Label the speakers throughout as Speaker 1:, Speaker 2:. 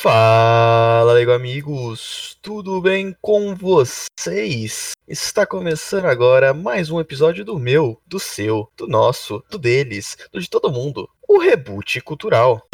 Speaker 1: Fala, Lego amigos! Tudo bem com vocês? Está começando agora mais um episódio do meu, do seu, do nosso, do deles, do de todo mundo, o Reboot Cultural.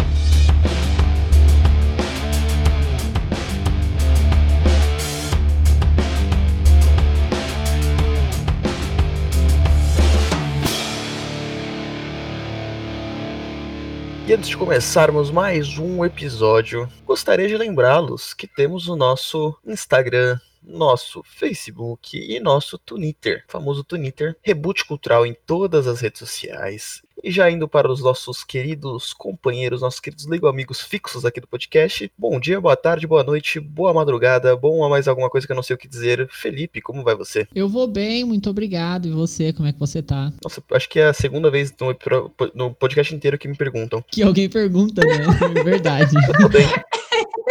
Speaker 1: E antes de começarmos mais um episódio, gostaria de lembrá-los que temos o nosso Instagram, nosso Facebook e nosso Twitter, o famoso Twitter, Reboot Cultural em todas as redes sociais. E já indo para os nossos queridos companheiros, nossos queridos Lego amigos fixos aqui do podcast, bom dia, boa tarde, boa noite, boa madrugada, bom a mais alguma coisa que eu não sei o que dizer. Felipe, como vai você?
Speaker 2: Eu vou bem, muito obrigado. E você, como é que você tá?
Speaker 1: Nossa, acho que é a segunda vez no pro- no podcast inteiro que me perguntam.
Speaker 2: Que alguém pergunta, né? Verdade.
Speaker 1: Eu tô bem.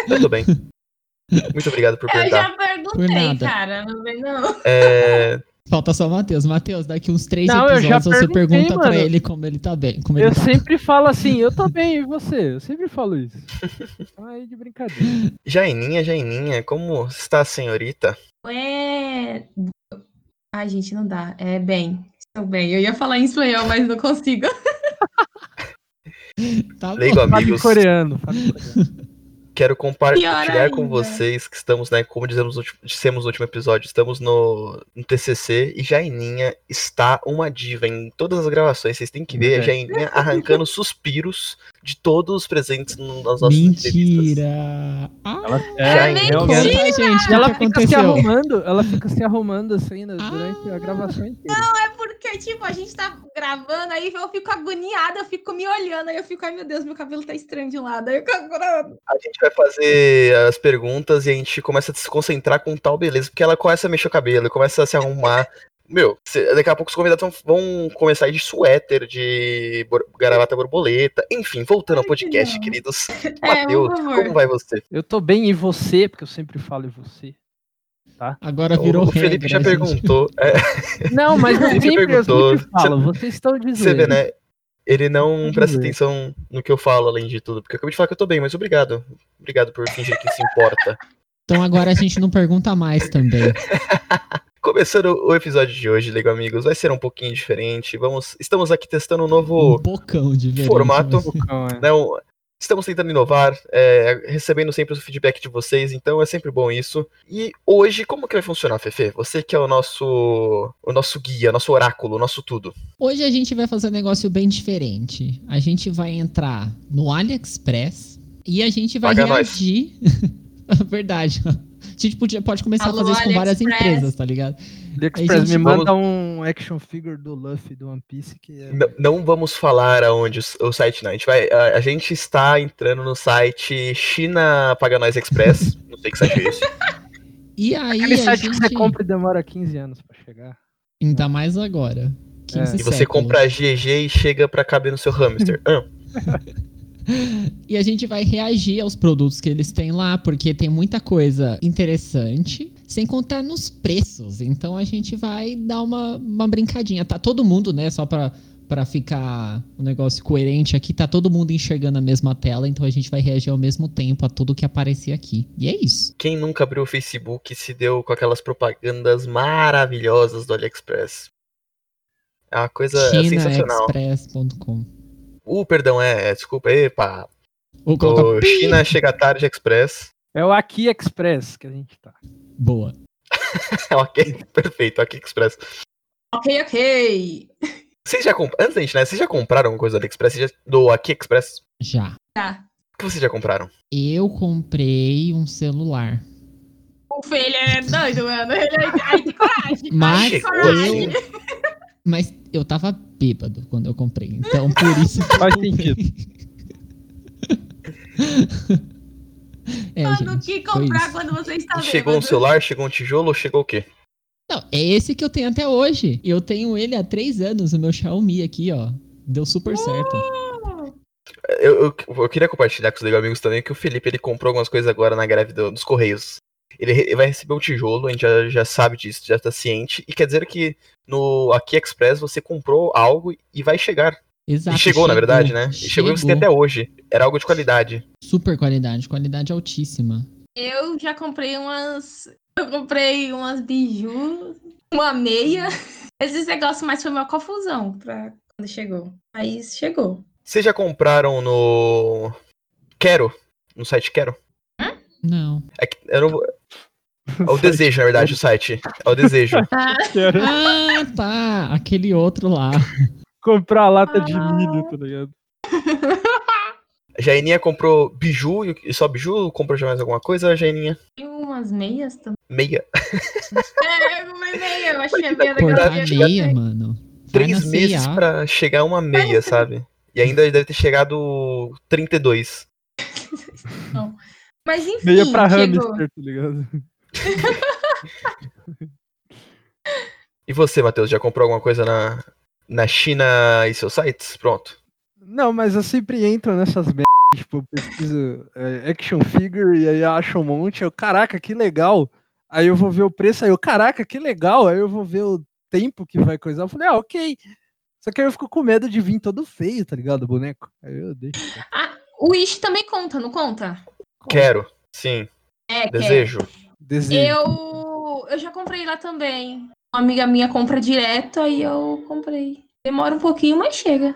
Speaker 1: Eu tô bem. Muito obrigado por
Speaker 3: Eu
Speaker 1: perguntar.
Speaker 3: já
Speaker 2: Por
Speaker 3: perguntei,
Speaker 2: nada.
Speaker 3: cara. Não vem, não.
Speaker 1: É,
Speaker 2: Falta só o Matheus. Matheus, daqui uns três
Speaker 4: Não, eu já
Speaker 2: episódios você
Speaker 4: perguntei,
Speaker 2: pergunta pra
Speaker 4: mano.
Speaker 2: ele como ele tá bem. Como ele
Speaker 4: Eu
Speaker 2: tá.
Speaker 4: sempre falo assim, eu tô bem, e você? Eu sempre falo isso. Então, Aí de brincadeira.
Speaker 1: Jaininha, Jaininha, como está a senhorita?
Speaker 3: É. Ai, gente, não dá. É bem. Estou bem. Eu ia falar em espanhol, mas não consigo.
Speaker 2: Tá bom.
Speaker 1: Leigo
Speaker 4: Fala em
Speaker 1: amigos,
Speaker 4: coreano. fala em coreano.
Speaker 1: quero compartilhar
Speaker 3: Pior
Speaker 1: com
Speaker 3: ainda.
Speaker 1: vocês que estamos, né, como dizemos no ulti- dissemos no último episódio, estamos no, no TCC e Jaininha está uma diva em todas as gravações. Vocês têm que ver a
Speaker 4: Verdade.
Speaker 1: Jaininha arrancando suspiros de todos os presentes no- nas nossas entrevistas.
Speaker 2: Mentira. Ah,
Speaker 3: É
Speaker 2: conta,
Speaker 3: mentira.
Speaker 2: gente, o
Speaker 1: é
Speaker 4: E
Speaker 2: que
Speaker 4: ela fica se
Speaker 2: aconteceu.
Speaker 4: arrumando, ela fica se arrumando assim né,
Speaker 2: Ah.
Speaker 4: durante a gravação inteira.
Speaker 3: É porque, tipo, a gente tá gravando, aí eu fico agoniada, eu fico me olhando, aí eu fico, ai meu Deus, meu cabelo tá estranho de um lado. Aí eu fico agoniada.
Speaker 1: A gente vai fazer as perguntas e a gente começa a se concentrar com tal beleza, porque ela começa a mexer o cabelo, começa a se arrumar. Meu, cê- daqui a pouco os convidados vão- vão começar a ir de suéter, de bor- gravata borboleta. Enfim, voltando ao
Speaker 3: Ai, que
Speaker 1: podcast,
Speaker 3: legal.
Speaker 1: queridos.
Speaker 3: É, por
Speaker 1: Matheus,
Speaker 3: favor.
Speaker 1: como vai você?
Speaker 4: Eu tô bem, e você? Porque eu sempre falo e você.
Speaker 2: Agora virou
Speaker 1: o Felipe
Speaker 2: regra, né,
Speaker 1: já
Speaker 2: gente.
Speaker 1: perguntou. É,
Speaker 4: Não, mas eu
Speaker 1: Ele
Speaker 4: sempre, eu
Speaker 1: perguntou.
Speaker 4: sempre falo, vocês estão
Speaker 1: você vê,
Speaker 4: dizendo.
Speaker 1: né? Ele não
Speaker 4: Tudo
Speaker 1: presta
Speaker 4: bem.
Speaker 1: atenção no que eu falo, além de tudo. Porque eu acabei de falar que eu tô bem, mas obrigado. Obrigado por fingir que se importa.
Speaker 2: Então agora a gente não pergunta mais também.
Speaker 1: Começando o episódio de hoje, Lego Amigos, vai ser um pouquinho diferente. Vamos, estamos aqui testando um novo.
Speaker 2: Um bocão de verdade.
Speaker 1: Formato.
Speaker 4: Não, é.
Speaker 1: né, o- Estamos tentando inovar, é, recebendo sempre o feedback de vocês, então é sempre bom isso. E hoje, como que vai funcionar, Fefe? Você que é o nosso, o nosso guia, nosso oráculo, nosso tudo.
Speaker 2: Hoje a gente vai fazer um negócio bem diferente. A gente vai entrar no AliExpress e a gente vai
Speaker 1: Paga nós.
Speaker 2: reagir. Verdade. A gente podia, pode começar a
Speaker 3: Alô,
Speaker 2: fazer isso com várias
Speaker 3: AliExpress.
Speaker 2: empresas, tá ligado?
Speaker 4: AliExpress
Speaker 2: gente,
Speaker 4: me
Speaker 1: vamos-
Speaker 4: manda um action figure do Luffy do One Piece que é.
Speaker 1: N- não vamos falar aonde o, s- o site não. A gente, vai, a, a gente está entrando no site China Paga Nós Express. não sei que site é esse.
Speaker 2: E aí
Speaker 4: Aquele
Speaker 2: a
Speaker 4: site que
Speaker 2: gente...
Speaker 4: você compra e demora 15 anos pra chegar.
Speaker 2: Ainda mais agora. 15
Speaker 4: É.
Speaker 1: E você
Speaker 2: séculos.
Speaker 1: compra a GG e chega pra caber no seu hamster. Ah,
Speaker 2: E a gente vai reagir aos produtos que eles têm lá, porque tem muita coisa interessante, sem contar nos preços. Então a gente vai dar uma, uma brincadinha. Tá todo mundo, né? Só pra, pra ficar o negócio coerente aqui, tá todo mundo enxergando a mesma tela, então a gente vai reagir ao mesmo tempo a tudo que aparecer aqui. E é isso.
Speaker 1: quem nunca abriu o Facebook se deu com aquelas propagandas maravilhosas do AliExpress? É uma coisa sensacional.
Speaker 2: ChinaExpress.com.
Speaker 1: Uh, perdão, é, é, desculpa, epa.
Speaker 2: Ou coloca
Speaker 1: O China Chega Tarde Express.
Speaker 4: É o Aqui Express que a gente tá.
Speaker 2: boa.
Speaker 1: ok, perfeito, ok Express.
Speaker 3: Ok, ok.
Speaker 1: Vocês já compraram, antes da gente, né, vocês já compraram alguma coisa do AliExpress? Vocês já- Do Aqui Express?
Speaker 2: Já.
Speaker 3: Tá.
Speaker 1: O que vocês já compraram?
Speaker 2: Eu comprei um celular.
Speaker 3: O Fê, ele é doido, mano. Ele é. Ai, que coragem.
Speaker 2: Mas
Speaker 3: Ai, que
Speaker 1: Chegou
Speaker 3: coragem.
Speaker 1: assim.
Speaker 2: Mas eu tava bêbado quando eu comprei. Então, por isso que eu
Speaker 4: Faz
Speaker 2: comprei. é,
Speaker 3: Mano, o
Speaker 2: gente,
Speaker 3: que
Speaker 2: foi
Speaker 3: comprar
Speaker 2: isso.
Speaker 3: quando você está
Speaker 1: E
Speaker 3: vendo?
Speaker 1: chegou um celular, chegou um tijolo ou chegou o quê?
Speaker 2: Não, é esse que eu tenho até hoje. Eu tenho ele há três anos, o meu Xiaomi aqui, ó. Deu super certo.
Speaker 1: Eu, eu, eu queria compartilhar com os legal amigos também que o Felipe ele comprou algumas coisas agora na greve do- dos Correios. Ele, re- ele vai receber um tijolo, a gente já, já sabe disso, já tá ciente. E quer dizer que no Aqui Express você comprou algo e vai chegar.
Speaker 2: Exato.
Speaker 1: e chegou, na verdade, né? E chegou e você tem até hoje. Era algo de qualidade.
Speaker 2: Super qualidade, qualidade altíssima.
Speaker 3: Eu já comprei umas. Eu comprei umas biju, uma meia. Esses negócios mais foi uma confusão pra quando chegou. Aí chegou.
Speaker 1: Vocês já compraram no. Quero? No site Quero?
Speaker 2: Não.
Speaker 1: É que eu não vou- É o desejo, na verdade, o site. É o desejo.
Speaker 4: Quero
Speaker 2: Ah, tá. Aquele outro lá.
Speaker 4: comprar a lata de
Speaker 3: Ah.
Speaker 4: milho, tá ligado?
Speaker 1: A Jaininha comprou biju e- e só biju? Comprou já mais alguma coisa, Jaininha?
Speaker 3: Tem umas meias também.
Speaker 1: Meia.
Speaker 3: É, eu comprei meia. Eu achei a meia da
Speaker 2: Porra,
Speaker 1: Verdade,
Speaker 3: galeria.
Speaker 2: meia, mano. Vai na
Speaker 1: Três
Speaker 2: C&A.
Speaker 1: meses pra chegar uma meia, sabe? E ainda deve ter chegado 32.
Speaker 3: Mas enfim,
Speaker 4: Meia pra
Speaker 3: chegou.
Speaker 4: hamster, tá ligado?
Speaker 1: E você, Matheus, já comprou alguma coisa na, na China e seus sites? Pronto.
Speaker 4: Não, mas eu sempre entro nessas merdas, tipo, eu pesquiso é, action figure e aí eu acho um monte, eu, caraca, que legal. Aí eu vou ver o preço, aí eu, caraca, que legal. Aí eu vou ver o tempo que vai coisar. Eu falei, ah, ok. Só que aí eu fico com medo de vir todo feio, tá ligado, o boneco? Aí eu deixo.
Speaker 3: O Wish também conta, não conta?
Speaker 1: Quero. Sim.
Speaker 3: É, que é.
Speaker 1: Desejo.
Speaker 4: Desenho.
Speaker 3: Eu, eu já comprei lá também. Uma amiga minha compra direto, aí eu comprei. Demora um pouquinho, mas chega.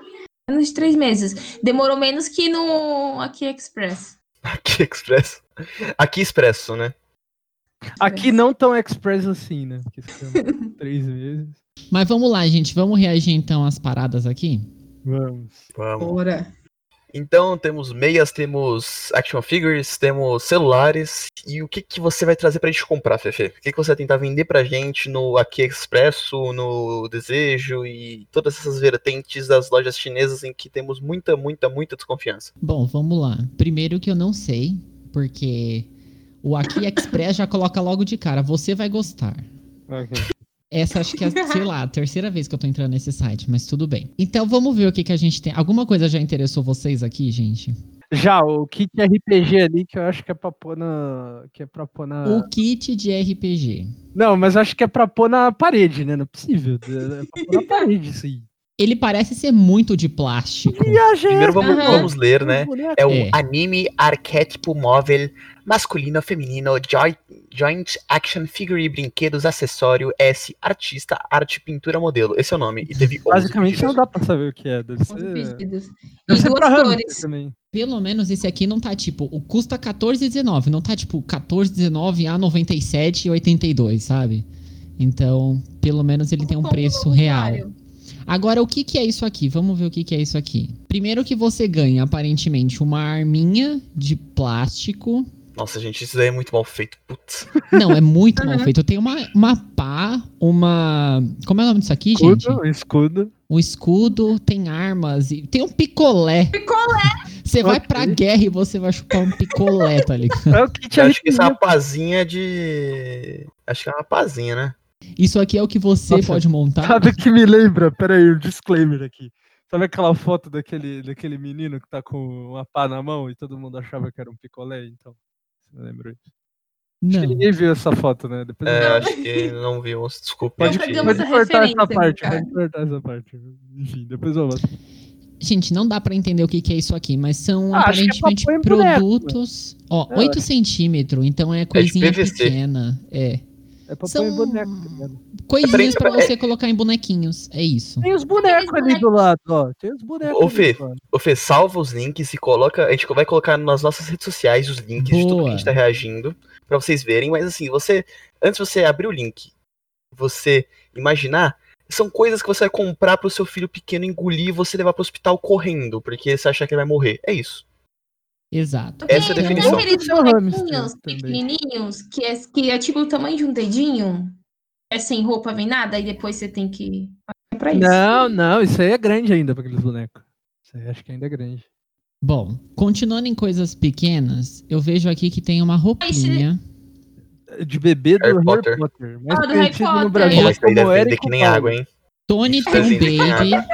Speaker 3: Menos de três meses. Demorou menos que no aqui Express.
Speaker 1: Aqui Expresso. Aqui Expresso, né?
Speaker 4: Aqui não tão express assim, né? Porque são três meses.
Speaker 2: Mas vamos lá, gente. Vamos reagir então às paradas aqui?
Speaker 4: Vamos.
Speaker 1: Vamos.
Speaker 3: Bora.
Speaker 1: Então temos meias, temos action figures, temos celulares. E o que, que você vai trazer pra gente comprar, Fefe? O que, que você vai tentar vender pra gente no Aqui Expresso, no Desejo e todas essas vertentes das lojas chinesas em que temos muita, muita, muita desconfiança?
Speaker 2: Bom, vamos lá. Primeiro que eu não sei, porque o Aqui Express já coloca logo de cara. Você vai gostar.
Speaker 4: Ok.
Speaker 2: Essa acho que é, sei lá, a terceira vez que eu tô entrando nesse site, mas tudo bem. Então vamos ver o que, que a gente tem. Alguma coisa já interessou vocês aqui, gente?
Speaker 4: Já, o kit RPG ali, que eu acho que é pra pôr na. Que é pra pôr na.
Speaker 2: O kit de RPG.
Speaker 4: Não, mas eu acho que é pra pôr na parede, né? Não é possível. É pra pôr na parede isso aí.
Speaker 2: Ele parece ser muito de plástico.
Speaker 4: Viagem!
Speaker 1: Primeiro vamos,
Speaker 3: Aham.
Speaker 1: vamos ler, né? É o
Speaker 2: É.
Speaker 1: anime arquétipo móvel masculino feminino joint, joint action figure brinquedos acessório S artista arte pintura modelo. Esse é o nome. E teve 11
Speaker 4: Basicamente não
Speaker 1: pedidos.
Speaker 4: dá pra saber o que é. Deve ser.
Speaker 3: Os pedidos.
Speaker 4: Deve
Speaker 3: E
Speaker 4: ser
Speaker 2: tá
Speaker 4: pra
Speaker 3: duas
Speaker 4: hamster
Speaker 3: cores.
Speaker 4: também.
Speaker 2: Pelo menos esse aqui não tá tipo, o custa 14,19, não tá tipo 14,19 a 97,82, sabe? Então, pelo menos ele tem um
Speaker 3: Como
Speaker 2: preço
Speaker 3: novo
Speaker 2: real.
Speaker 3: usuário.
Speaker 2: Agora, o que, que é isso aqui? Vamos ver o que, que é isso aqui. Primeiro que você ganha, aparentemente, uma arminha de plástico.
Speaker 1: Nossa, gente, isso daí é muito mal feito. Putz.
Speaker 2: Não, é muito mal
Speaker 3: Uhum.
Speaker 2: feito. Tem uma, uma pá, uma. Como é o nome disso aqui, gente?
Speaker 4: Escudo, escudo.
Speaker 2: Um escudo, tem armas e. Tem um picolé.
Speaker 3: Picolé.
Speaker 2: Você vai pra
Speaker 4: Ok.
Speaker 2: guerra e você vai chupar um picolé, tá ligado?
Speaker 4: É o kit
Speaker 1: Eu acho que essa é
Speaker 4: RPG.
Speaker 1: uma pazinha de. Acho que é uma pazinha, né?
Speaker 2: Isso aqui é o que você
Speaker 4: Nossa,
Speaker 2: pode montar.
Speaker 4: Sabe o que me lembra? Pera aí, um disclaimer aqui. Sabe aquela foto daquele, daquele menino que tá com uma pá na mão e todo mundo achava que era um picolé? Então, você não lembrou disso? Acho que
Speaker 2: Não.
Speaker 4: ninguém viu essa foto, né? Depois
Speaker 1: É,
Speaker 4: eu-
Speaker 1: acho que não vimos. Desculpa.
Speaker 4: Pode,
Speaker 3: Não pegamos
Speaker 4: pode
Speaker 3: a
Speaker 4: cortar essa
Speaker 3: referência, então.
Speaker 4: parte,
Speaker 3: cara.
Speaker 4: pode cortar essa parte. Enfim, depois eu mostro.
Speaker 2: Gente, não dá pra entender o que, que é isso aqui, mas são
Speaker 4: Ah, acho que é
Speaker 2: aparentemente
Speaker 4: papo em boneco,
Speaker 2: produtos. Ó,
Speaker 4: É,
Speaker 2: 8 centímetros, então é coisinha
Speaker 1: PVC.
Speaker 2: pequena. É.
Speaker 4: É pra
Speaker 2: São-
Speaker 4: pôr em boneco, tá ligado?
Speaker 2: Coisinhas
Speaker 1: Peraí,
Speaker 2: pra
Speaker 1: peraí.
Speaker 2: você colocar em bonequinhos. É isso.
Speaker 4: Tem os bonecos ali do lado, ó. Tem os bonecos
Speaker 1: Ô,
Speaker 4: ali
Speaker 1: Fê.
Speaker 4: do lado.
Speaker 1: Ô, Fê, salva os links e coloca. A gente vai colocar nas nossas redes sociais os links de tudo que
Speaker 2: Boa.
Speaker 1: a gente tá reagindo. Pra vocês verem. Mas assim, você. Antes de você abrir o link, você imaginar. São coisas que você vai comprar pro seu filho pequeno engolir e você levar pro hospital correndo, porque você achar que ele vai morrer. É isso.
Speaker 2: Exato. então
Speaker 1: Essa é a
Speaker 3: Tem- tem
Speaker 1: definição.
Speaker 3: aqueles
Speaker 4: Seu hamster
Speaker 3: bonequinhos
Speaker 4: também.
Speaker 3: pequenininhos, que é, que é tipo o tamanho de um dedinho. É sem roupa, vem nada, e depois você tem que... É pra isso.
Speaker 4: Não, não, isso aí é grande ainda pra aqueles bonecos. Isso aí acho que ainda é grande.
Speaker 2: Bom, continuando em coisas pequenas, eu vejo aqui que tem uma roupinha.
Speaker 4: É De bebê do
Speaker 1: Harry
Speaker 4: Harry Potter.
Speaker 1: Potter.
Speaker 4: Mais
Speaker 3: Ah, do Harry
Speaker 4: conhecido no
Speaker 3: Potter.
Speaker 4: Brasil
Speaker 1: Como é que aí
Speaker 4: como
Speaker 1: deve
Speaker 4: Eric
Speaker 1: vender que nem água, hein?
Speaker 2: Tony
Speaker 1: Isso
Speaker 2: Town
Speaker 1: é
Speaker 2: Baby.
Speaker 1: desenhado.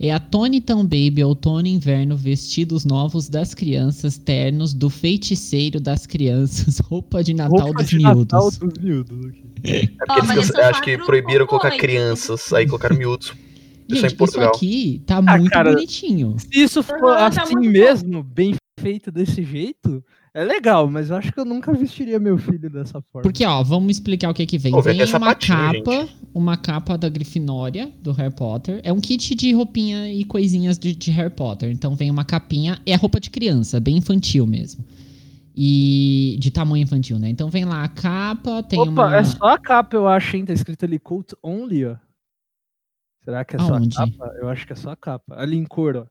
Speaker 2: É a Tony Town Baby, outono e inverno, vestidos novos das crianças, ternos do feiticeiro das crianças, roupa de Natal
Speaker 4: Roupa
Speaker 2: dos
Speaker 4: de
Speaker 2: miúdos.
Speaker 4: Natal dos miúdos. aqui.
Speaker 1: É porque
Speaker 3: Ó, Ah, mas
Speaker 1: eles
Speaker 3: são
Speaker 1: acho que
Speaker 3: quatro
Speaker 1: proibiram colocar
Speaker 3: cowboys.
Speaker 1: crianças, aí colocaram miúdos. Isso é em
Speaker 2: Gente, isso
Speaker 1: Portugal.
Speaker 2: aqui tá
Speaker 4: Ah,
Speaker 2: muito
Speaker 4: cara.
Speaker 2: bonitinho.
Speaker 4: Se isso for
Speaker 3: Ah, tá
Speaker 4: assim
Speaker 3: muito bom.
Speaker 4: mesmo, bem feito desse jeito, é legal, mas eu acho que eu nunca vestiria meu filho dessa forma.
Speaker 2: Porque, ó, vamos explicar o que que vem.
Speaker 1: Pô, vai
Speaker 2: vem
Speaker 1: ter
Speaker 2: uma
Speaker 1: sapatinho,
Speaker 2: capa, uma capa da Grifinória, do Harry Potter. É um kit de roupinha e coisinhas de, de Harry Potter. Então vem uma capinha, é roupa de criança, bem infantil mesmo. E de tamanho infantil, né? Então vem lá a capa, tem
Speaker 4: Opa,
Speaker 2: uma...
Speaker 4: é só a capa, eu acho, hein? Tá escrito ali Cult Only, ó. Será que é só
Speaker 2: Aonde?
Speaker 4: a capa? Eu acho que é só a capa. Ali em cor, ó.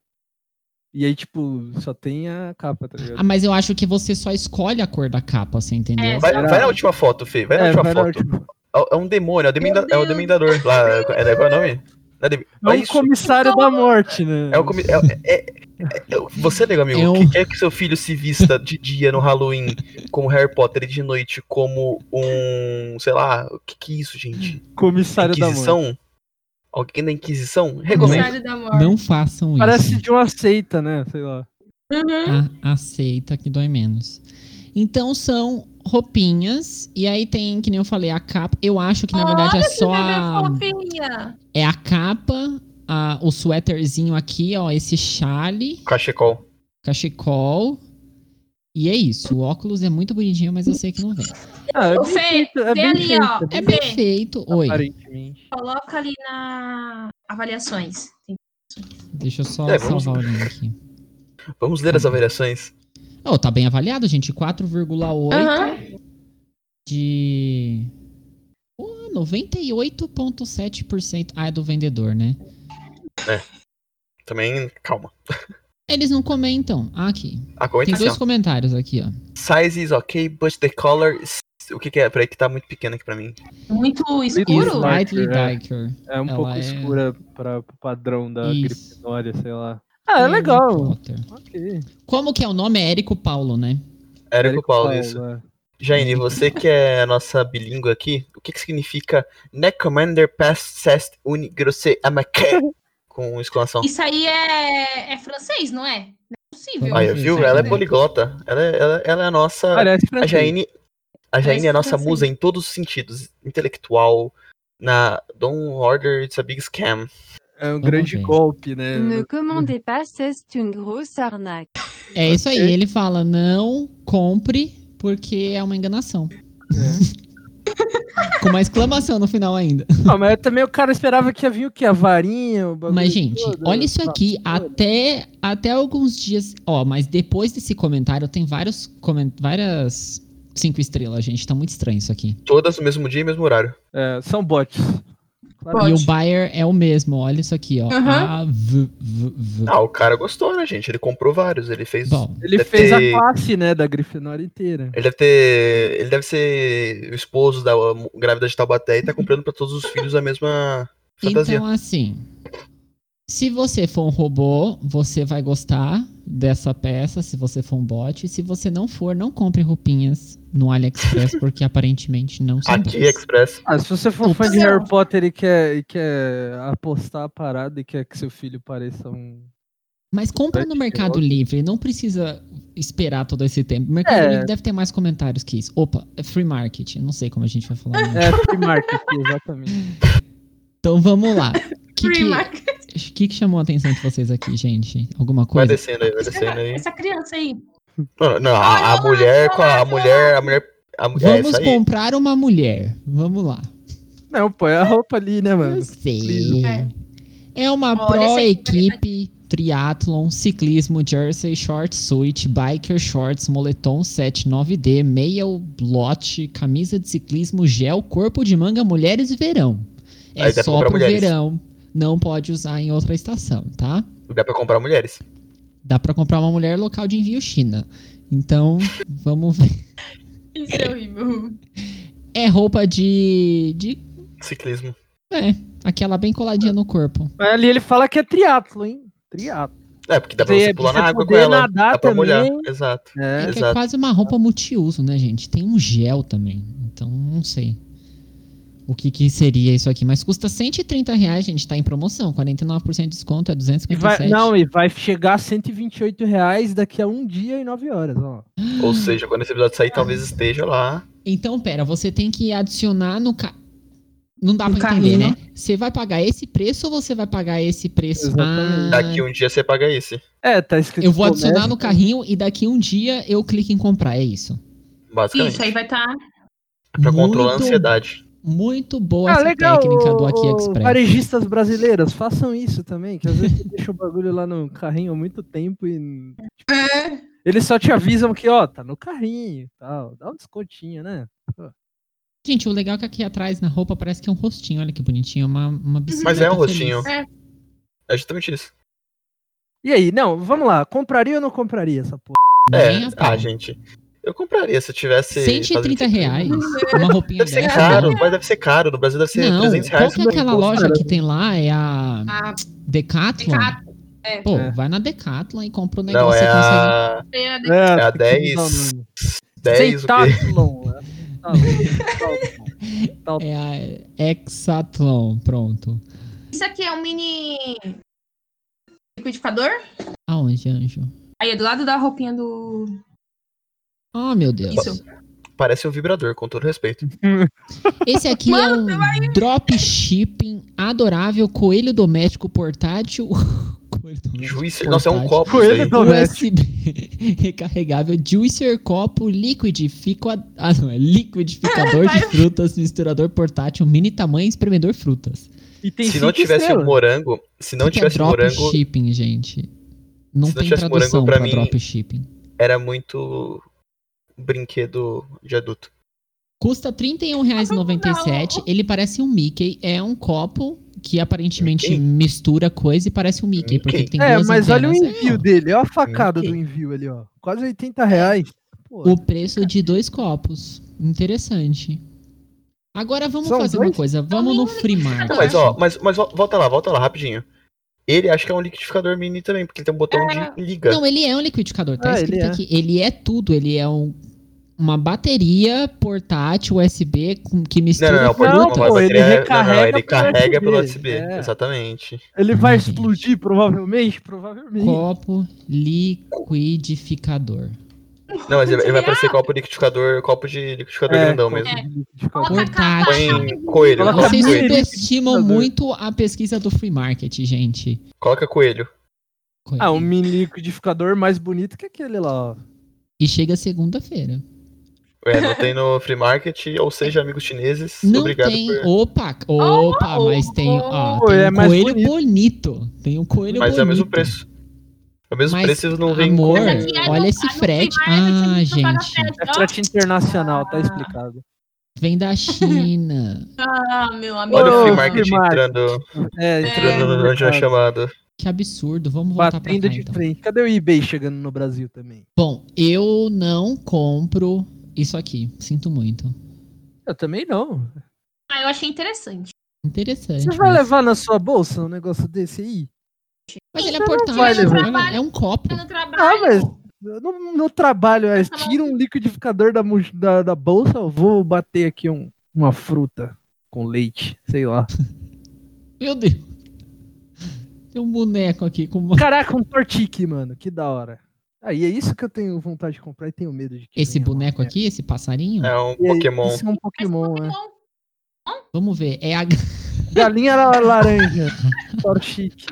Speaker 4: E aí, tipo, só tem a capa, tá ligado?
Speaker 2: Ah, mas eu acho que você só escolhe a cor da capa, você entendeu?
Speaker 3: É,
Speaker 1: Vai,
Speaker 4: Será?
Speaker 1: vai na última foto, Fê. Vai na última
Speaker 4: vai na
Speaker 1: foto.
Speaker 4: última.
Speaker 1: É é um demônio, é o, demenda-
Speaker 3: Meu
Speaker 1: é o
Speaker 3: Deus.
Speaker 1: Demendador lá. É, qual é o nome? Não é dem-
Speaker 4: É
Speaker 1: é
Speaker 4: um
Speaker 1: isso.
Speaker 4: comissário da morte, né?
Speaker 1: É o comi- é- é- é- é- você, nego amigo,
Speaker 2: Eu-
Speaker 1: que quer que seu filho se vista de dia no Halloween como Harry Potter e de noite como um. sei lá, o que que é isso, gente?
Speaker 4: Um comissário da morte.
Speaker 1: Inquisição? Alguém da Inquisição? Recomendo.
Speaker 3: Comissário da morte.
Speaker 2: Não façam
Speaker 4: Parece
Speaker 2: isso.
Speaker 4: de uma seita, né? Sei lá.
Speaker 3: Uhum.
Speaker 2: A- aceita que dói menos. Então são roupinhas, e aí tem, que nem eu falei, a capa. Eu acho que na verdade é
Speaker 3: Olha
Speaker 2: só a,
Speaker 3: que bebê fofinha.
Speaker 2: é a capa, a- o suéterzinho aqui, ó, esse chale,
Speaker 1: Cachecol.
Speaker 2: cachecol. E é isso. O óculos é muito bonitinho, mas eu sei que não vem.
Speaker 4: Ah, é
Speaker 3: Ô,
Speaker 4: bem
Speaker 3: Fê,
Speaker 4: feito, é
Speaker 3: vê
Speaker 4: bem
Speaker 3: ali,
Speaker 4: feito,
Speaker 3: ó.
Speaker 2: É
Speaker 3: bem-
Speaker 2: bem feito.
Speaker 1: Tá
Speaker 2: Oi,
Speaker 4: Aparentemente.
Speaker 3: Coloca ali na avaliações.
Speaker 2: deixa eu só
Speaker 1: É, vamos-
Speaker 2: salvar o link aqui.
Speaker 1: Vamos ler as avaliações.
Speaker 2: Oh, tá bem avaliado, gente. 4,8
Speaker 3: Aham.
Speaker 2: de. Pô, 98,7%. Ah, é do vendedor, né?
Speaker 1: Também, calma.
Speaker 2: Eles não comentam. Ah, aqui.
Speaker 1: A comenta
Speaker 2: Tem
Speaker 1: assim, ó.
Speaker 2: dois comentários aqui, ó.
Speaker 1: Size is ok, but the color is... O que que é? Peraí que tá muito pequeno aqui pra mim.
Speaker 3: Muito escuro?
Speaker 4: Isso.
Speaker 2: Slightly
Speaker 4: é.
Speaker 2: darker.
Speaker 4: É um
Speaker 2: Ela
Speaker 4: pouco
Speaker 2: é-
Speaker 4: escura para o padrão da
Speaker 2: Isso.
Speaker 4: Grifinória, sei lá. Ah, é
Speaker 2: Harry
Speaker 4: legal.
Speaker 2: Potter.
Speaker 4: Ok.
Speaker 2: Como que é o nome? É Érico Paulo, né?
Speaker 1: Érico Paulo,
Speaker 4: Paulo,
Speaker 1: isso.
Speaker 4: é.
Speaker 1: Jaine, você que é a nossa bilíngue aqui, o que que significa Necommander Past Sest Unigrosse Amaké? Com exclamação.
Speaker 3: Isso aí é, é francês, não é? Não é possível.
Speaker 1: Aí, viu?
Speaker 2: Jaine.
Speaker 1: Ela é poliglota. Ela é, ela, ela é a nossa...
Speaker 4: Parece
Speaker 1: A
Speaker 4: francês.
Speaker 1: Jaine, a Jaine é a nossa
Speaker 3: francês.
Speaker 1: musa em todos os sentidos. Intelectual, na Don't Order It's a Big Scam.
Speaker 4: É um
Speaker 2: Vamos
Speaker 4: grande
Speaker 2: ver.
Speaker 4: golpe, né?
Speaker 5: Ne commandez pas, c'est une grosse arnaque.
Speaker 2: É isso aí.
Speaker 4: Ok.
Speaker 2: Ele fala, não compre, porque é uma enganação.
Speaker 4: É.
Speaker 2: Com uma exclamação no final ainda.
Speaker 4: Não, mas também o cara esperava que ia vir o quê? A varinha, o bagulho
Speaker 2: Mas, gente,
Speaker 4: todo, né?
Speaker 2: olha isso aqui.
Speaker 4: a vassoura.
Speaker 2: Até, até alguns dias. Ó, mas depois desse comentário, tem vários. comen- Várias. Cinco estrelas, gente. Tá muito estranho isso aqui.
Speaker 1: Todas no mesmo dia e mesmo horário.
Speaker 4: É, são bots. Claro.
Speaker 3: Bot.
Speaker 2: E
Speaker 3: Pode.
Speaker 2: o buyer é o mesmo. Olha isso aqui, ó.
Speaker 3: Uhum.
Speaker 2: A, v, v, v.
Speaker 1: Ah, o cara gostou, né, gente? Ele comprou vários. Ele fez...
Speaker 2: Bom,
Speaker 4: Ele
Speaker 1: Deve
Speaker 4: fez
Speaker 1: ter-
Speaker 4: a classe, né, da Grifinória inteira.
Speaker 1: Ele deve ter. Ele deve ser o esposo da mo- grávida de Taubaté e tá comprando pra todos os filhos a mesma fantasia.
Speaker 2: Então, assim, se você for um robô, você vai gostar dessa peça, se você for um bot. Se você não for, não compre roupinhas no AliExpress, porque aparentemente não são
Speaker 1: Aqui, é
Speaker 2: boas.
Speaker 1: Express.
Speaker 4: Ah, se você for fã de
Speaker 3: Não.
Speaker 4: Harry Potter e quer, e quer apostar a parada e quer que seu filho pareça um.
Speaker 2: Mas compra
Speaker 1: é
Speaker 2: no Mercado Livre, não precisa esperar todo esse tempo. O Mercado
Speaker 4: É.
Speaker 2: Livre deve ter mais comentários que isso. Opa, é free market, eu não sei como a gente vai falar. o nome.
Speaker 4: É, free market, exatamente.
Speaker 2: Então vamos lá. O que, que,
Speaker 3: Primark.
Speaker 2: que que chamou a atenção de vocês aqui, gente? Alguma
Speaker 1: Vai
Speaker 2: coisa?
Speaker 1: descendo aí, é vai descendo aí.
Speaker 3: Essa criança aí.
Speaker 1: Não, não, a, a mulher com a, a mulher. A mulher. A, é
Speaker 2: Vamos
Speaker 1: isso aí.
Speaker 2: comprar uma mulher. Vamos lá.
Speaker 4: Não, põe a roupa ali, né, mano?
Speaker 2: Eu sei.
Speaker 4: Ciclismo.
Speaker 3: É.
Speaker 2: É uma
Speaker 3: Olha, esse aqui,
Speaker 2: pró-equipe triatlon, ciclismo, jersey, short suit, biker shorts, moletom 79D, meia lote, camisa de ciclismo, gel, corpo de manga, mulheres e verão. É
Speaker 1: Aí dá pra
Speaker 2: só
Speaker 1: comprar
Speaker 2: pro
Speaker 1: mulheres.
Speaker 2: verão, não pode usar em outra estação, tá?
Speaker 1: Dá pra comprar mulheres.
Speaker 2: Dá pra comprar uma mulher local de envio China. Então, vamos ver.
Speaker 3: Isso é horrível.
Speaker 2: É roupa de, de
Speaker 1: Ciclismo.
Speaker 2: aquela bem coladinha no corpo.
Speaker 4: Mas ali ele fala que é triatlo, hein? Triatlo.
Speaker 1: É, porque dá pra você
Speaker 4: Você-
Speaker 1: pular
Speaker 4: você
Speaker 1: na água com
Speaker 4: poder
Speaker 1: ela.
Speaker 4: nadar
Speaker 1: dá pra molhar.
Speaker 4: também.
Speaker 1: Exato.
Speaker 4: É.
Speaker 2: É que é
Speaker 1: Exato.
Speaker 2: quase uma roupa multiuso, né, gente? Tem um gel também. Então, não sei o que, que seria isso aqui. Mas custa 130 reais, gente. Tá em promoção. 49% de desconto é
Speaker 4: E
Speaker 2: 257.
Speaker 4: vai, não, e vai chegar a 128 reais daqui a um dia e nove horas, ó.
Speaker 1: Ou seja, quando esse episódio sair, talvez esteja lá.
Speaker 2: Então, pera. Você tem que adicionar no... Ca... Não dá
Speaker 3: Um
Speaker 2: pra entender,
Speaker 3: carrinho.
Speaker 2: né? Você vai pagar esse preço ou você vai pagar esse preço?
Speaker 4: Exatamente.
Speaker 1: Daqui né?
Speaker 2: Ah,
Speaker 1: um dia você paga esse.
Speaker 4: É, tá escrito.
Speaker 2: eu vou adicionar
Speaker 4: comércio.
Speaker 2: no carrinho e daqui um dia eu clico em comprar, é isso.
Speaker 1: Basicamente.
Speaker 3: Isso, aí vai tá estar.
Speaker 1: Pra controlar a
Speaker 2: Muito-
Speaker 1: ansiedade.
Speaker 2: Muito boa
Speaker 4: Ah,
Speaker 2: essa
Speaker 4: legal.
Speaker 2: técnica do
Speaker 4: ô,
Speaker 2: Aqui
Speaker 4: ô,
Speaker 2: Express.
Speaker 4: Varejistas brasileiras, façam isso também, que às vezes você deixa o bagulho lá no carrinho há muito tempo e. tipo,
Speaker 3: É.
Speaker 4: Eles só te avisam que, ó, tá no carrinho e tal. Dá um descontinho, né?
Speaker 2: Gente, o legal é que aqui atrás na roupa parece que é um rostinho, olha que bonitinho, uma, uma bicicleta
Speaker 1: Mas é um
Speaker 2: feliz.
Speaker 1: rostinho. É justamente isso.
Speaker 4: E aí, não, vamos lá. Compraria ou não compraria essa porra?
Speaker 2: Nem
Speaker 1: é,
Speaker 2: a pau.
Speaker 1: ah, gente. Eu compraria se eu tivesse.
Speaker 2: 130
Speaker 1: fazendo-
Speaker 2: reais, uma roupinha
Speaker 1: Deve ser
Speaker 2: dessa.
Speaker 1: caro, mas deve ser caro. No Brasil deve ser
Speaker 2: Uhum. Não,
Speaker 1: 300
Speaker 2: qual
Speaker 1: reais.
Speaker 2: que é aquela
Speaker 4: Pô,
Speaker 2: loja
Speaker 1: né?
Speaker 4: cara.
Speaker 2: que tem lá? É a
Speaker 3: A
Speaker 2: Decathlon?
Speaker 3: Ah, Decathlon, é.
Speaker 2: Pô,
Speaker 4: É.
Speaker 2: vai na Decathlon e compra um negócio
Speaker 1: Não, é
Speaker 2: você consegue-
Speaker 1: a
Speaker 3: feira de-
Speaker 4: É,
Speaker 1: a
Speaker 4: tem que
Speaker 1: 10,
Speaker 4: mudar o nome.
Speaker 1: 10 o quê?
Speaker 4: Centathlon, é. Centathlon. Tal-
Speaker 2: É a Hexatlon, pronto.
Speaker 3: Isso aqui é um mini liquidificador.
Speaker 2: Aonde, anjo?
Speaker 3: Aí é do lado da roupinha do.
Speaker 2: Oh, meu Deus.
Speaker 3: Isso.
Speaker 4: tá.
Speaker 1: Parece um vibrador, com todo respeito.
Speaker 2: Esse aqui
Speaker 3: Mano,
Speaker 2: é um dropshipping adorável, coelho doméstico portátil. coelho doméstico
Speaker 1: Juiz, nossa, é um
Speaker 2: portátil.
Speaker 1: copo
Speaker 4: Coelho
Speaker 1: isso aí.
Speaker 4: Doméstico.
Speaker 2: USB recarregável, juicer, copo, liquidifico, ah, não, é liquidificador de frutas, misturador portátil, mini tamanho, espremedor frutas.
Speaker 4: E tem
Speaker 1: Se não
Speaker 4: cinco
Speaker 1: tivesse um
Speaker 4: estrelas.
Speaker 1: o morango, se não
Speaker 2: O que que
Speaker 1: tivesse
Speaker 2: é
Speaker 1: morango,
Speaker 2: dropshipping, gente. Não
Speaker 1: Se não
Speaker 2: tem
Speaker 1: tivesse morango
Speaker 2: tradução
Speaker 1: pra
Speaker 2: pra,
Speaker 1: mim-
Speaker 2: dropshipping.
Speaker 1: era muito brinquedo de adulto.
Speaker 2: Custa um R$ 31,97. Ele parece um Mickey. É um copo que aparentemente
Speaker 1: Mickey?
Speaker 2: mistura coisa e parece um Mickey. Porque
Speaker 1: Mickey?
Speaker 2: tem
Speaker 4: É,
Speaker 2: duas
Speaker 4: mas olha o
Speaker 2: antenas.
Speaker 4: envio
Speaker 2: É, ó.
Speaker 4: dele, olha a facada
Speaker 1: Ok.
Speaker 4: do envio ali, ó. Quase 80 reais. Pô,
Speaker 2: O preço de dois copos. Interessante. Agora vamos
Speaker 4: São
Speaker 2: fazer uma
Speaker 4: dois?
Speaker 2: coisa. Vamos no Free
Speaker 1: Tá, Não, é
Speaker 2: Market.
Speaker 1: mas ó, mas, mas ó, volta lá, volta lá, rapidinho. Ele acho que é um liquidificador mini também, porque ele tem um botão de liga.
Speaker 2: Não, ele é um liquidificador. Tá
Speaker 4: Ah, ele
Speaker 2: escrito
Speaker 4: é.
Speaker 2: aqui. Ele é tudo. Ele é um- uma bateria portátil USB com- que
Speaker 1: Não,
Speaker 2: mistura
Speaker 1: não, não,
Speaker 4: Tudo
Speaker 1: pode
Speaker 4: não,
Speaker 1: não,
Speaker 4: pô,
Speaker 1: vai
Speaker 4: ele
Speaker 1: bateria- não, não,
Speaker 4: recarrega
Speaker 1: ele
Speaker 4: pelo
Speaker 1: carrega pelo
Speaker 4: USB,
Speaker 1: USB,
Speaker 4: é.
Speaker 1: exatamente.
Speaker 4: ele vai
Speaker 2: Ai,
Speaker 4: explodir, provavelmente? Provavelmente.
Speaker 1: É,
Speaker 2: copo liquidificador.
Speaker 1: Não, mas ele, ele vai parecer copo liquidificador, copo de liquidificador
Speaker 2: É,
Speaker 1: grandão mesmo.
Speaker 4: Um
Speaker 3: Coloca a capa.
Speaker 2: Portátil.
Speaker 1: Põe coelho,
Speaker 4: Coloca
Speaker 1: coloca
Speaker 2: Vocês
Speaker 4: Coelho.
Speaker 1: coelho,
Speaker 2: subestimam
Speaker 4: Liquidificador.
Speaker 2: muito a pesquisa do free market, gente.
Speaker 1: coloca coelho.
Speaker 2: Coelho.
Speaker 4: Ah, um mini liquidificador mais bonito que aquele lá, ó.
Speaker 2: E chega segunda-feira.
Speaker 1: É, não tem no free market, ou seja, amigos chineses,
Speaker 2: Não
Speaker 1: obrigado
Speaker 2: tem.
Speaker 1: por...
Speaker 2: Opa, opa,
Speaker 3: oh,
Speaker 2: mas tem, ó,
Speaker 4: oh,
Speaker 2: tem
Speaker 4: é
Speaker 2: um
Speaker 4: mais
Speaker 2: coelho bonito. Tem um coelho bonito.
Speaker 1: Mas é o mesmo preço. É o mesmo
Speaker 2: Mas,
Speaker 1: preço, eles não vêm
Speaker 2: amor,
Speaker 1: com...
Speaker 3: Essa aqui é
Speaker 2: Olha
Speaker 3: do-
Speaker 2: esse
Speaker 3: a do
Speaker 2: frete.
Speaker 3: Primark,
Speaker 2: Ah,
Speaker 3: a gente não paga
Speaker 2: gente.
Speaker 3: frete,
Speaker 4: É
Speaker 3: ó.
Speaker 4: frete internacional, tá explicado.
Speaker 2: Vem da China.
Speaker 3: Ah, meu amigo.
Speaker 1: Olha o free
Speaker 4: Ô,
Speaker 1: market
Speaker 4: free market.
Speaker 1: entrando,
Speaker 4: É,
Speaker 1: entrando
Speaker 4: internacional.
Speaker 1: onde é chamado.
Speaker 2: que absurdo. Vamos voltar pra
Speaker 4: Batendo
Speaker 2: cá,
Speaker 4: de
Speaker 2: então.
Speaker 4: frente. Cadê o eBay chegando no Brasil também?
Speaker 2: Bom, eu não compro isso aqui. Sinto muito.
Speaker 4: Eu também não.
Speaker 3: Ah, eu achei interessante.
Speaker 2: Interessante.
Speaker 4: Você vai
Speaker 2: mas-
Speaker 4: levar na sua bolsa um negócio desse aí?
Speaker 2: Mas ele é
Speaker 4: Você não vai
Speaker 2: portátil.
Speaker 4: levar.
Speaker 2: olha, É um copo.
Speaker 3: Tá no
Speaker 4: Ah,
Speaker 3: trabalho.
Speaker 4: mas no, no trabalho, é, tira um liquidificador da, mo- da, da bolsa, eu vou bater aqui um, uma fruta com leite, sei lá.
Speaker 2: Meu Deus. Tem um boneco aqui com uma...
Speaker 4: Caraca, um tortique, mano, que da hora. Aí é isso que eu tenho vontade de comprar e tenho medo de que
Speaker 2: Esse
Speaker 4: venha uma
Speaker 2: boneco
Speaker 4: merda.
Speaker 2: aqui, esse passarinho.
Speaker 1: É um
Speaker 4: E aí,
Speaker 1: Pokémon.
Speaker 4: Isso é um Pokémon, né?
Speaker 3: Bom,
Speaker 2: Vamos ver. É a
Speaker 4: Galinha la- laranja, tortique.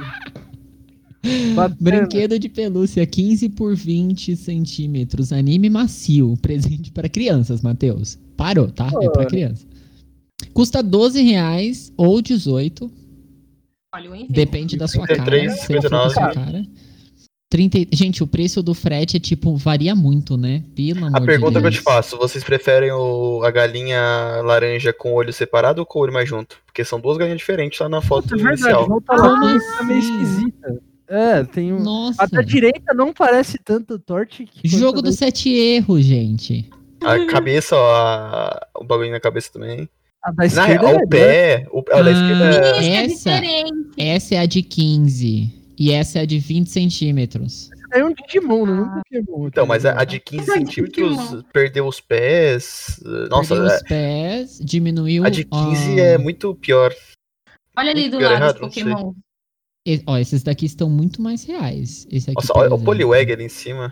Speaker 4: Bacana.
Speaker 2: Brinquedo de pelúcia 15 por 20 centímetros. Anime macio. Presente para crianças, Matheus. Parou, tá? É para criança. Custa 12 reais ou 18.
Speaker 3: Olha, o envio.
Speaker 2: Depende da sua cara.
Speaker 1: 33,
Speaker 2: Se não for da sua
Speaker 1: 59.
Speaker 2: cara. 30 e- Gente, o preço do frete é tipo, varia muito, né? Pelo amor
Speaker 1: A
Speaker 2: de
Speaker 1: pergunta que eu
Speaker 2: Deus.
Speaker 1: te faço, vocês preferem o- a galinha laranja com o olho separado ou com o olho mais junto? Porque são duas galinhas diferentes lá na foto
Speaker 4: Puta, é verdade,
Speaker 1: inicial.
Speaker 4: volta lá,
Speaker 2: Como
Speaker 4: que fica meio
Speaker 2: assim?
Speaker 4: esquisita. É, tem um...
Speaker 2: Nossa.
Speaker 4: A da direita não parece tanto tortique. quanto
Speaker 2: Jogo
Speaker 4: a da
Speaker 2: dos sete erros, gente.
Speaker 1: A cabeça, ó, a- o bagulho na cabeça também.
Speaker 4: A da
Speaker 1: Na
Speaker 4: esquerda
Speaker 1: real,
Speaker 4: é
Speaker 1: o pé, o, a da
Speaker 2: Ah.
Speaker 1: esquerda é-
Speaker 3: Isso é
Speaker 2: Essa-
Speaker 3: diferente.
Speaker 2: Essa é a de 15. E essa é a de 20 centímetros.
Speaker 4: é um Digimon, não é
Speaker 2: Ah.
Speaker 4: um Pokémon.
Speaker 1: Então, mas a, a de 15
Speaker 3: Mas que
Speaker 1: centímetros
Speaker 3: Pokémon?
Speaker 1: perdeu os pés. eh, Nossa,
Speaker 2: Perdeu os
Speaker 1: a,
Speaker 2: pés, diminuiu...
Speaker 1: a de 15
Speaker 2: ah,
Speaker 1: é muito pior.
Speaker 3: Olha ali do
Speaker 1: Pior
Speaker 3: lado
Speaker 1: errado,
Speaker 3: os
Speaker 1: não sei.
Speaker 3: Pokémon.
Speaker 2: E- ó, esses daqui estão muito mais reais. Esse aqui,
Speaker 1: Nossa,
Speaker 2: por
Speaker 1: olha o
Speaker 2: exemplo.
Speaker 1: Poliwag ali em cima.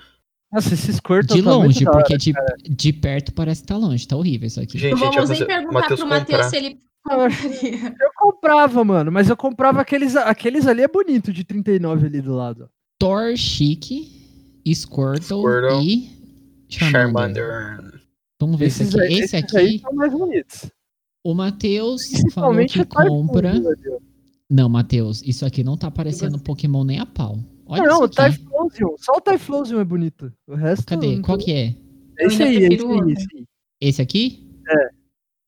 Speaker 4: Nossa, esse Squirtle
Speaker 2: De
Speaker 4: tá muito
Speaker 2: longe,
Speaker 4: da hora.
Speaker 2: porque de, de perto parece que tá longe. Tá horrível isso aqui.
Speaker 1: Gente,
Speaker 3: Não
Speaker 1: gente, eu
Speaker 3: vamos nem
Speaker 1: fazer
Speaker 3: perguntar
Speaker 1: Matheus
Speaker 3: pro Matheus
Speaker 1: comprar.
Speaker 3: se ele
Speaker 4: Eu acho- Eu comprava, mano, mas eu comprava aqueles, aqueles ali é bonito de 39 ali do lado.
Speaker 2: Thor Chique, Squirtle,
Speaker 1: Squirtle.
Speaker 2: e Charmander.
Speaker 1: Charmander.
Speaker 2: Vamos ver esse aqui.
Speaker 4: aí-
Speaker 2: Esse
Speaker 4: esses aí
Speaker 2: aqui,
Speaker 4: são mais bonitos.
Speaker 2: o Matheus falou
Speaker 4: Principalmente
Speaker 2: que
Speaker 4: o Typhoon, né?
Speaker 2: compra.
Speaker 4: meu Deus.
Speaker 2: Não, Matheus, isso aqui não tá aparecendo Pokémon nem a pau. Olha
Speaker 4: Não, o
Speaker 2: isso aqui.
Speaker 4: Typhlosion. Só o Typhlosion é bonito. O resto.
Speaker 2: Cadê?
Speaker 4: não
Speaker 2: Qual
Speaker 4: tem-
Speaker 2: que é?
Speaker 4: Esse
Speaker 3: Eu
Speaker 4: aí,
Speaker 3: ainda
Speaker 4: esse
Speaker 3: prefiro o
Speaker 4: aí,
Speaker 3: outro.
Speaker 4: esse aí.
Speaker 2: Esse aqui?
Speaker 4: É.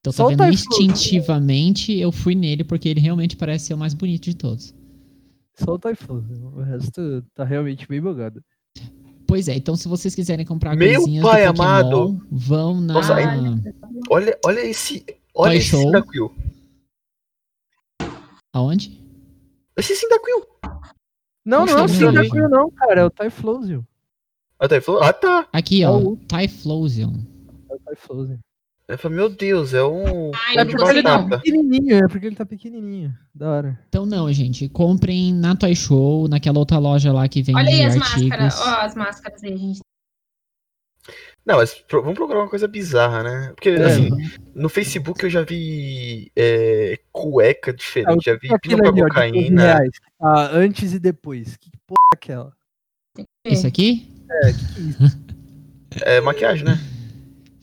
Speaker 2: Então tá
Speaker 4: Só o
Speaker 2: vendo,
Speaker 4: Typhlosion.
Speaker 2: instintivamente eu fui nele porque ele realmente parece ser o mais bonito de todos.
Speaker 4: Só o Typhlosion. O resto tá realmente bem bugado.
Speaker 2: Pois é, então se vocês quiserem comprar
Speaker 1: Meu
Speaker 2: coisinhas
Speaker 1: pai
Speaker 2: do Pokémon,
Speaker 1: amado.
Speaker 2: vão na...
Speaker 1: Nossa, Olha, olha esse. Olha
Speaker 2: Toy
Speaker 1: esse
Speaker 2: Show.
Speaker 1: Cyndaquil.
Speaker 2: Aonde?
Speaker 1: Esse Cyndaquil.
Speaker 4: Não,
Speaker 2: Poxa,
Speaker 4: não,
Speaker 1: não
Speaker 4: sim, não,
Speaker 1: vi.
Speaker 4: é Typhlosion não, cara. É o Typhlosion.
Speaker 1: Ah, tá, ele falou, ah, tá.
Speaker 2: Aqui,
Speaker 4: É
Speaker 2: ó,
Speaker 4: o-
Speaker 2: Typhlosion.
Speaker 4: É o Typhlosion.
Speaker 1: Eu falei, meu Deus, é um.
Speaker 3: Ai,
Speaker 1: pão
Speaker 3: eu
Speaker 1: de
Speaker 3: não consigo não.
Speaker 1: batata.
Speaker 4: Pequenininho, é porque ele tá pequenininho. Da hora.
Speaker 2: Então não, gente, comprem na Toy Show, naquela outra loja lá que vende
Speaker 3: Olha aí as
Speaker 2: artigos.
Speaker 3: máscaras. Ó, as máscaras aí, gente.
Speaker 1: Não, mas pro- vamos procurar uma coisa bizarra, né? Porque,
Speaker 4: É.
Speaker 1: assim, no Facebook eu já vi é, cueca diferente, já vi pino
Speaker 4: Aquilo
Speaker 1: pra
Speaker 4: ali, ó, de 15
Speaker 1: cocaína.
Speaker 4: reais. Ah, antes e depois. Que porra é aquela?
Speaker 2: Isso aqui?
Speaker 1: É maquiagem, né?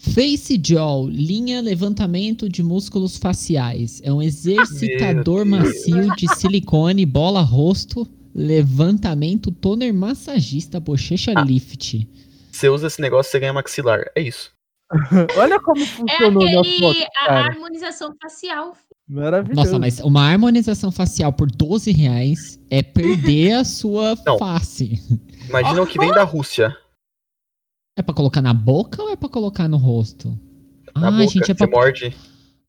Speaker 2: Face Jaw, linha levantamento de músculos faciais. É um exercitador
Speaker 1: Meu Deus.
Speaker 2: macio de silicone, bola rosto, levantamento toner massagista, bochecha
Speaker 1: Ah.
Speaker 2: lift.
Speaker 1: Você usa esse negócio, você ganha maxilar. É isso.
Speaker 4: Olha como
Speaker 3: É
Speaker 4: funcionou na foto,
Speaker 3: aquele, a
Speaker 4: cara.
Speaker 3: harmonização facial.
Speaker 4: Maravilhoso.
Speaker 2: Nossa, mas uma harmonização facial por 12 reais é perder a sua
Speaker 1: Não.
Speaker 2: face.
Speaker 1: Imagina o que vem da Rússia.
Speaker 2: É pra colocar na boca ou é pra colocar no rosto?
Speaker 1: Na
Speaker 2: ah,
Speaker 1: boca,
Speaker 2: gente,
Speaker 1: você
Speaker 2: é pra...
Speaker 1: morde.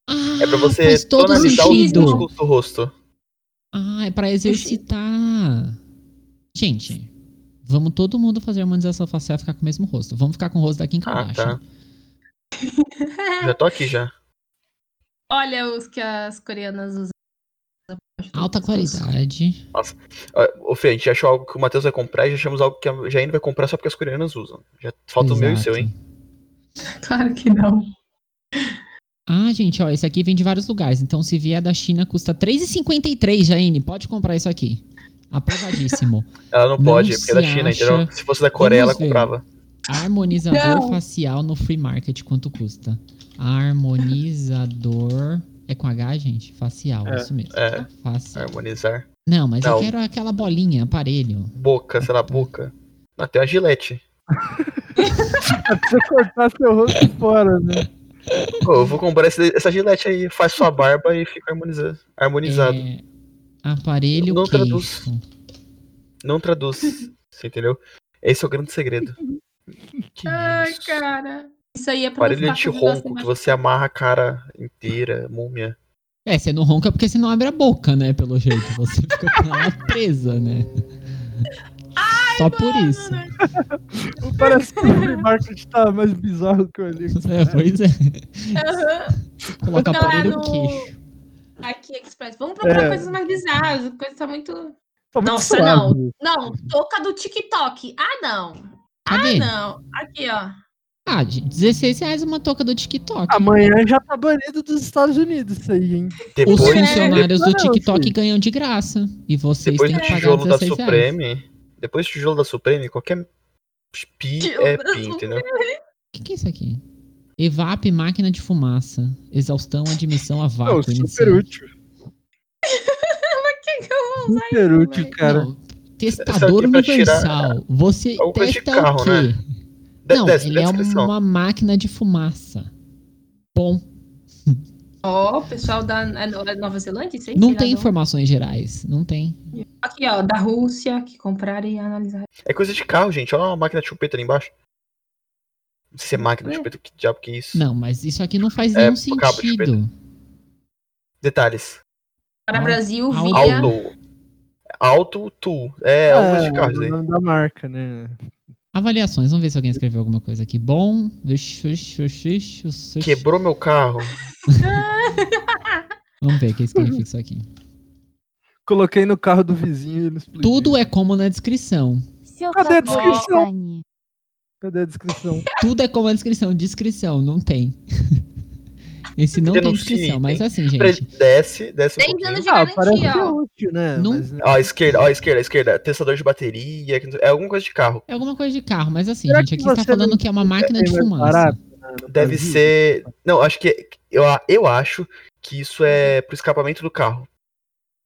Speaker 2: Ah,
Speaker 1: É pra você
Speaker 2: faz todo
Speaker 1: tonalizar
Speaker 2: sentido.
Speaker 1: os músculos do rosto.
Speaker 2: Ah, é pra exercitar. Gente, vamos todo mundo fazer harmonização facial e ficar com o mesmo rosto. Vamos ficar com o rosto daqui em
Speaker 1: Ah,
Speaker 2: Kardashian.
Speaker 1: tá. Já tô aqui já.
Speaker 3: Olha os que as coreanas usam.
Speaker 2: Alta qualidade.
Speaker 1: Ah, Ô Fê, a gente achou algo que o Matheus vai comprar e já achamos algo que a Jaine vai comprar só porque as coreanas usam. Já falta o meu e o seu, hein?
Speaker 3: Claro que não.
Speaker 2: Ah, gente, ó, esse aqui vem de vários lugares. Então, se vier da China, custa R$3,53, Jaine. Pode comprar isso aqui. Aprovadíssimo.
Speaker 1: Ela não,
Speaker 2: Não
Speaker 1: pode, porque é da
Speaker 2: se
Speaker 1: China,
Speaker 2: acha.
Speaker 1: entendeu? Se fosse da Coreia, ela
Speaker 2: Vamos ver.
Speaker 1: comprava.
Speaker 2: Harmonizador
Speaker 3: Não.
Speaker 2: facial no free market, quanto custa? Harmonizador. É com H, gente? Facial,
Speaker 4: É,
Speaker 2: isso mesmo.
Speaker 1: é.
Speaker 2: Facial.
Speaker 1: Harmonizar.
Speaker 2: Não, mas
Speaker 1: Não.
Speaker 2: eu quero aquela bolinha, aparelho.
Speaker 1: Boca, sei lá, boca. Não, tem uma gilete.
Speaker 4: Você cortar seu rosto fora, né?
Speaker 1: Pô, eu vou comprar esse- essa gilete aí, faz sua barba e fica harmoniza- harmonizado.
Speaker 2: É, aparelho
Speaker 1: Não traduz.
Speaker 2: queixo.
Speaker 1: Não traduz, você entendeu? Esse é o grande segredo. Que
Speaker 3: Ai,
Speaker 1: isso?
Speaker 3: cara. Isso aí é pra
Speaker 1: Aparelho
Speaker 3: não ficar com o negócio
Speaker 1: anti-ronco que
Speaker 3: embaixo.
Speaker 1: você amarra a cara inteira, múmia.
Speaker 2: É, você não ronca porque você não abre a boca, né? Pelo jeito. Você fica com ela presa, né? Só por isso.
Speaker 3: né?
Speaker 4: Parece que o free market tá mais bizarro que o ali.
Speaker 2: É, pois é.
Speaker 3: Aham.
Speaker 2: Coloca
Speaker 3: Fica lá
Speaker 2: aparelho
Speaker 3: é no-
Speaker 2: queixo.
Speaker 3: Aqui, Express. Vamos procurar
Speaker 4: É.
Speaker 3: coisas mais bizarras. Coisa tá muito.
Speaker 4: Tá muito
Speaker 3: Nossa,
Speaker 4: suave.
Speaker 3: não. Não, toca do TikTok. Ah, não. Ah,
Speaker 2: Cadê?
Speaker 3: não. Aqui, ó.
Speaker 2: Ah, gente, 16 reais uma touca do TikTok.
Speaker 4: Amanhã já tá banido dos Estados Unidos isso aí, hein?
Speaker 2: Os
Speaker 1: Depois,
Speaker 3: Pois é.
Speaker 2: funcionários do
Speaker 4: Não,
Speaker 2: TikTok
Speaker 4: filho.
Speaker 2: ganham de graça. E vocês
Speaker 1: depois
Speaker 2: têm
Speaker 1: do
Speaker 2: que pagar
Speaker 1: tijolo da
Speaker 2: 16 reais.
Speaker 1: Supreme, depois do tijolo da Supreme, qualquer pi
Speaker 3: Tijolo
Speaker 1: é
Speaker 3: da
Speaker 1: pi, entendeu?
Speaker 2: O que, que é isso aqui? EVAP, máquina de fumaça. Exaustão, admissão a vácuo.
Speaker 4: Não, super
Speaker 2: inicial.
Speaker 4: útil.
Speaker 3: Que que eu vou usar
Speaker 4: Super
Speaker 3: isso,
Speaker 4: útil,
Speaker 3: velho?
Speaker 4: cara.
Speaker 2: Não, testador
Speaker 1: Essa aqui é pra tirar
Speaker 2: universal. Você
Speaker 1: alguma coisa de
Speaker 2: testa
Speaker 1: carro,
Speaker 2: o quê?
Speaker 1: né? De-
Speaker 2: Não,
Speaker 1: desce,
Speaker 2: ele
Speaker 1: dá
Speaker 2: é
Speaker 1: descrição.
Speaker 2: uma máquina de fumaça. Bom,
Speaker 3: Ó, o pessoal da é no- é Nova Zelândia, isso aí,
Speaker 2: não
Speaker 3: sei lá
Speaker 2: tem
Speaker 3: de onde.
Speaker 2: informações gerais, não tem.
Speaker 3: Aqui, ó, da Rússia, que compraram e analisaram.
Speaker 1: É coisa de carro, gente. Olha uma máquina de chupeta ali embaixo. Não sei se é máquina de chupeta, que diabo que é isso?
Speaker 2: Não, mas isso aqui não faz
Speaker 1: É,
Speaker 2: nenhum
Speaker 1: por cabo de
Speaker 2: sentido.
Speaker 1: Detalhes.
Speaker 3: Para
Speaker 2: Al-
Speaker 3: Brasil,
Speaker 2: Al-
Speaker 3: via.
Speaker 1: Auto. Auto tu. É, alguma coisa de
Speaker 2: Ah,
Speaker 1: carro isso
Speaker 4: o
Speaker 1: aí.
Speaker 4: nome da marca, né?
Speaker 2: Avaliações, vamos ver se alguém escreveu alguma coisa aqui. Bom, vixi, vixi, vixi, vixi.
Speaker 1: Quebrou meu carro.
Speaker 2: vamos ver o que significa isso aqui.
Speaker 4: Coloquei no carro do vizinho e ele explodiu.
Speaker 2: Tudo é como na descrição.
Speaker 5: Sur
Speaker 4: Cadê a
Speaker 5: Paris,
Speaker 4: descrição?
Speaker 5: Espagne.
Speaker 4: Cadê a descrição?
Speaker 2: é Tudo é como na descrição. Descrição, não tem. Esse não tem
Speaker 1: Denuncie,
Speaker 2: descrição, mas assim,
Speaker 1: Pre-
Speaker 2: gente.
Speaker 1: Desce, desce um
Speaker 3: 10
Speaker 1: pouquinho.
Speaker 3: anos de
Speaker 4: Ah, parece
Speaker 3: garantia,
Speaker 4: ser
Speaker 3: ó.
Speaker 4: útil, né?
Speaker 2: Não-
Speaker 4: Mas, né?
Speaker 1: Ó, à esquerda, ó, à esquerda, à esquerda. Testador de bateria, que não sei- é alguma coisa de carro.
Speaker 2: É alguma coisa de carro, mas assim,
Speaker 4: Será
Speaker 2: gente,
Speaker 4: que
Speaker 2: aqui está
Speaker 4: você
Speaker 2: falando
Speaker 4: não-
Speaker 2: que é uma máquina
Speaker 4: tem
Speaker 2: de
Speaker 4: mais
Speaker 2: fumaça.
Speaker 4: barato, né, no
Speaker 1: Deve
Speaker 4: Brasil?
Speaker 1: ser. Não, acho que. Eu, eu acho que isso é pro escapamento do carro.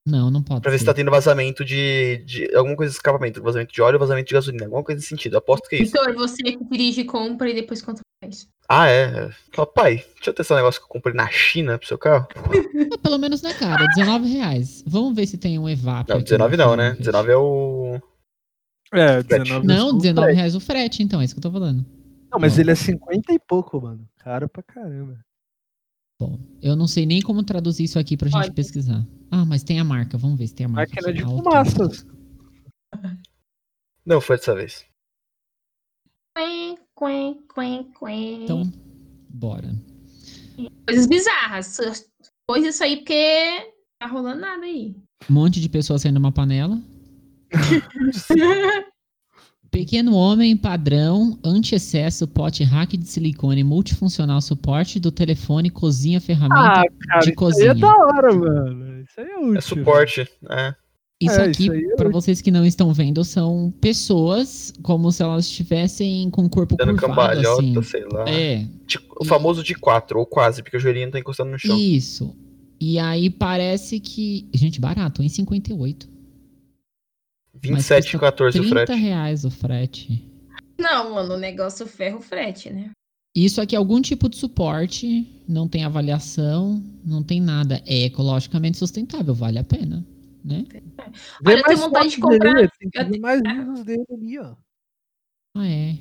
Speaker 2: Não, não pode
Speaker 1: Pra ver se
Speaker 2: ser.
Speaker 1: tá tendo vazamento de, de. Alguma coisa de escapamento. Vazamento de óleo, vazamento de gasolina. Alguma coisa nesse sentido. Aposto que é isso.
Speaker 3: Vitor, você que dirige, compra e depois conta pra nós.
Speaker 1: Ah, é. Fala, pai, deixa eu testar um negócio que eu comprei na China pro seu carro.
Speaker 2: Ah, Pelo menos na cara, 19 reais. Vamos ver se tem um evap.
Speaker 1: Não,
Speaker 2: aqui
Speaker 1: 19
Speaker 2: no
Speaker 1: não, né?
Speaker 2: frente.
Speaker 1: 19 é o. um
Speaker 4: É, 19
Speaker 2: Não,
Speaker 4: desculpa.
Speaker 2: 19 reais o frete, então, é isso que eu tô falando.
Speaker 4: Não, mas ele é 50 e pouco, mano. Caro pra caramba.
Speaker 2: Eu não sei nem como traduzir isso aqui pra gente
Speaker 3: Olha.
Speaker 2: pesquisar. Ah, mas tem a marca, vamos ver se tem a marca.
Speaker 4: Máquina
Speaker 2: aqui.
Speaker 4: de
Speaker 2: Ah, o
Speaker 4: fumaça.
Speaker 2: tanto.
Speaker 1: Não, foi dessa vez.
Speaker 3: Quen, quen, quen, quen.
Speaker 2: Então, bora.
Speaker 3: Coisas bizarras. Coisa isso aí porque tá rolando nada aí.
Speaker 2: Um monte de pessoas saindo de uma panela. Pequeno homem, padrão, anti-excesso, pote hack de silicone, multifuncional, suporte do telefone, cozinha, ferramenta.
Speaker 4: Ah, cara,
Speaker 2: de
Speaker 4: isso aí
Speaker 2: cozinha.
Speaker 4: é da hora, mano. Isso aí é útil.
Speaker 1: É suporte, né?
Speaker 2: isso
Speaker 4: é,
Speaker 2: aqui,
Speaker 4: isso aí é
Speaker 2: pra vocês que não estão vendo, são pessoas como se elas estivessem com o corpo
Speaker 1: Dando
Speaker 2: curvado,
Speaker 1: cambalhota,
Speaker 2: assim.
Speaker 1: sei lá.
Speaker 2: É,
Speaker 1: De- o famoso de 4, ou quase, porque o joelhinho tá encostando no chão.
Speaker 2: isso. E aí parece que... Gente, barato, em 58.
Speaker 1: 27 e 14 o
Speaker 2: 30
Speaker 1: frete.
Speaker 2: reais o frete.
Speaker 3: Não, mano, o negócio ferro frete, né?
Speaker 2: Isso aqui é algum tipo de suporte, não tem avaliação, não tem nada. É ecologicamente sustentável, vale a pena, né?
Speaker 4: Vê
Speaker 3: Olha, eu
Speaker 4: mais
Speaker 3: tenho vontade de
Speaker 4: fotos dele
Speaker 3: comprar.
Speaker 4: ali, Tem que
Speaker 3: Eu
Speaker 4: ver mais livros dele ali, ó.
Speaker 2: Ah, é.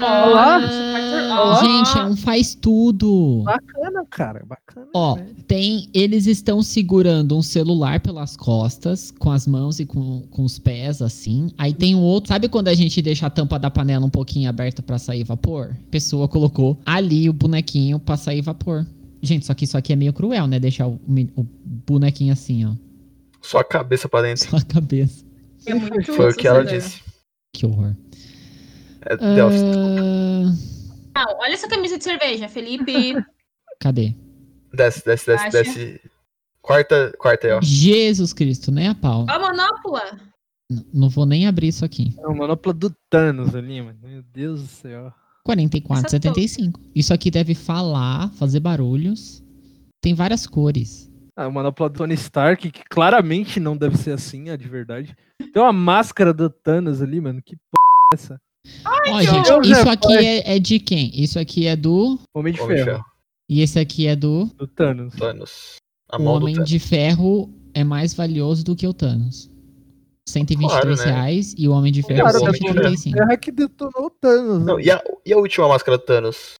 Speaker 4: Olha lá,
Speaker 3: olha lá.
Speaker 2: gente, é um faz tudo.
Speaker 4: Bacana, cara. Bacana.
Speaker 2: Ó,
Speaker 4: né?
Speaker 2: tem, eles estão segurando um celular pelas costas, com as mãos e com, com os pés, assim. Aí tem um outro. Sabe quando a gente deixa a tampa da panela um pouquinho aberta pra sair vapor? A pessoa colocou ali o bonequinho pra sair vapor. Gente, só que isso aqui é meio cruel, né? Deixar o, meni- o bonequinho assim, ó.
Speaker 1: Só a cabeça pra dentro.
Speaker 2: Só a cabeça.
Speaker 3: É muito
Speaker 1: Foi o que ela
Speaker 3: assustador.
Speaker 1: disse.
Speaker 2: Que horror.
Speaker 1: É, Delphi,
Speaker 2: Ah,
Speaker 3: Não, olha essa camisa de cerveja, Felipe.
Speaker 2: cadê?
Speaker 1: desce, desce, desce,
Speaker 3: Baixa.
Speaker 1: desce. Quarta, quarta aí, ó.
Speaker 2: Jesus Cristo, né, a pau?
Speaker 3: Ó, a monópula.
Speaker 2: N- Não vou nem abrir isso aqui.
Speaker 4: É o monopla do Thanos ali, mano. Meu Deus do céu.
Speaker 2: 44,
Speaker 3: Essa
Speaker 2: 75. Isso aqui deve falar, fazer barulhos. Tem várias cores.
Speaker 4: Ah, o monopla do Tony Stark, que claramente não deve ser assim, é de verdade. Tem uma máscara do Thanos ali, mano. Que p... é essa?
Speaker 2: Ó,
Speaker 3: que
Speaker 2: gente,
Speaker 4: horror!
Speaker 2: isso aqui é, é de quem? Isso aqui é do.
Speaker 4: Homem de
Speaker 1: Homem de
Speaker 4: ferro.
Speaker 1: ferro.
Speaker 2: E esse aqui é do.
Speaker 4: Do Thanos.
Speaker 1: Thanos. A
Speaker 2: O
Speaker 1: mão Tá do
Speaker 2: Homem
Speaker 1: Thanos.
Speaker 2: de Ferro é mais valioso do que o Thanos. 123
Speaker 1: Claro, né?
Speaker 2: reais e o Homem de Ferro
Speaker 1: Claro, né?
Speaker 2: 135.
Speaker 4: Terra É que detonou o Thanos.
Speaker 1: Não,
Speaker 4: né?
Speaker 1: e a, e a última máscara do Thanos?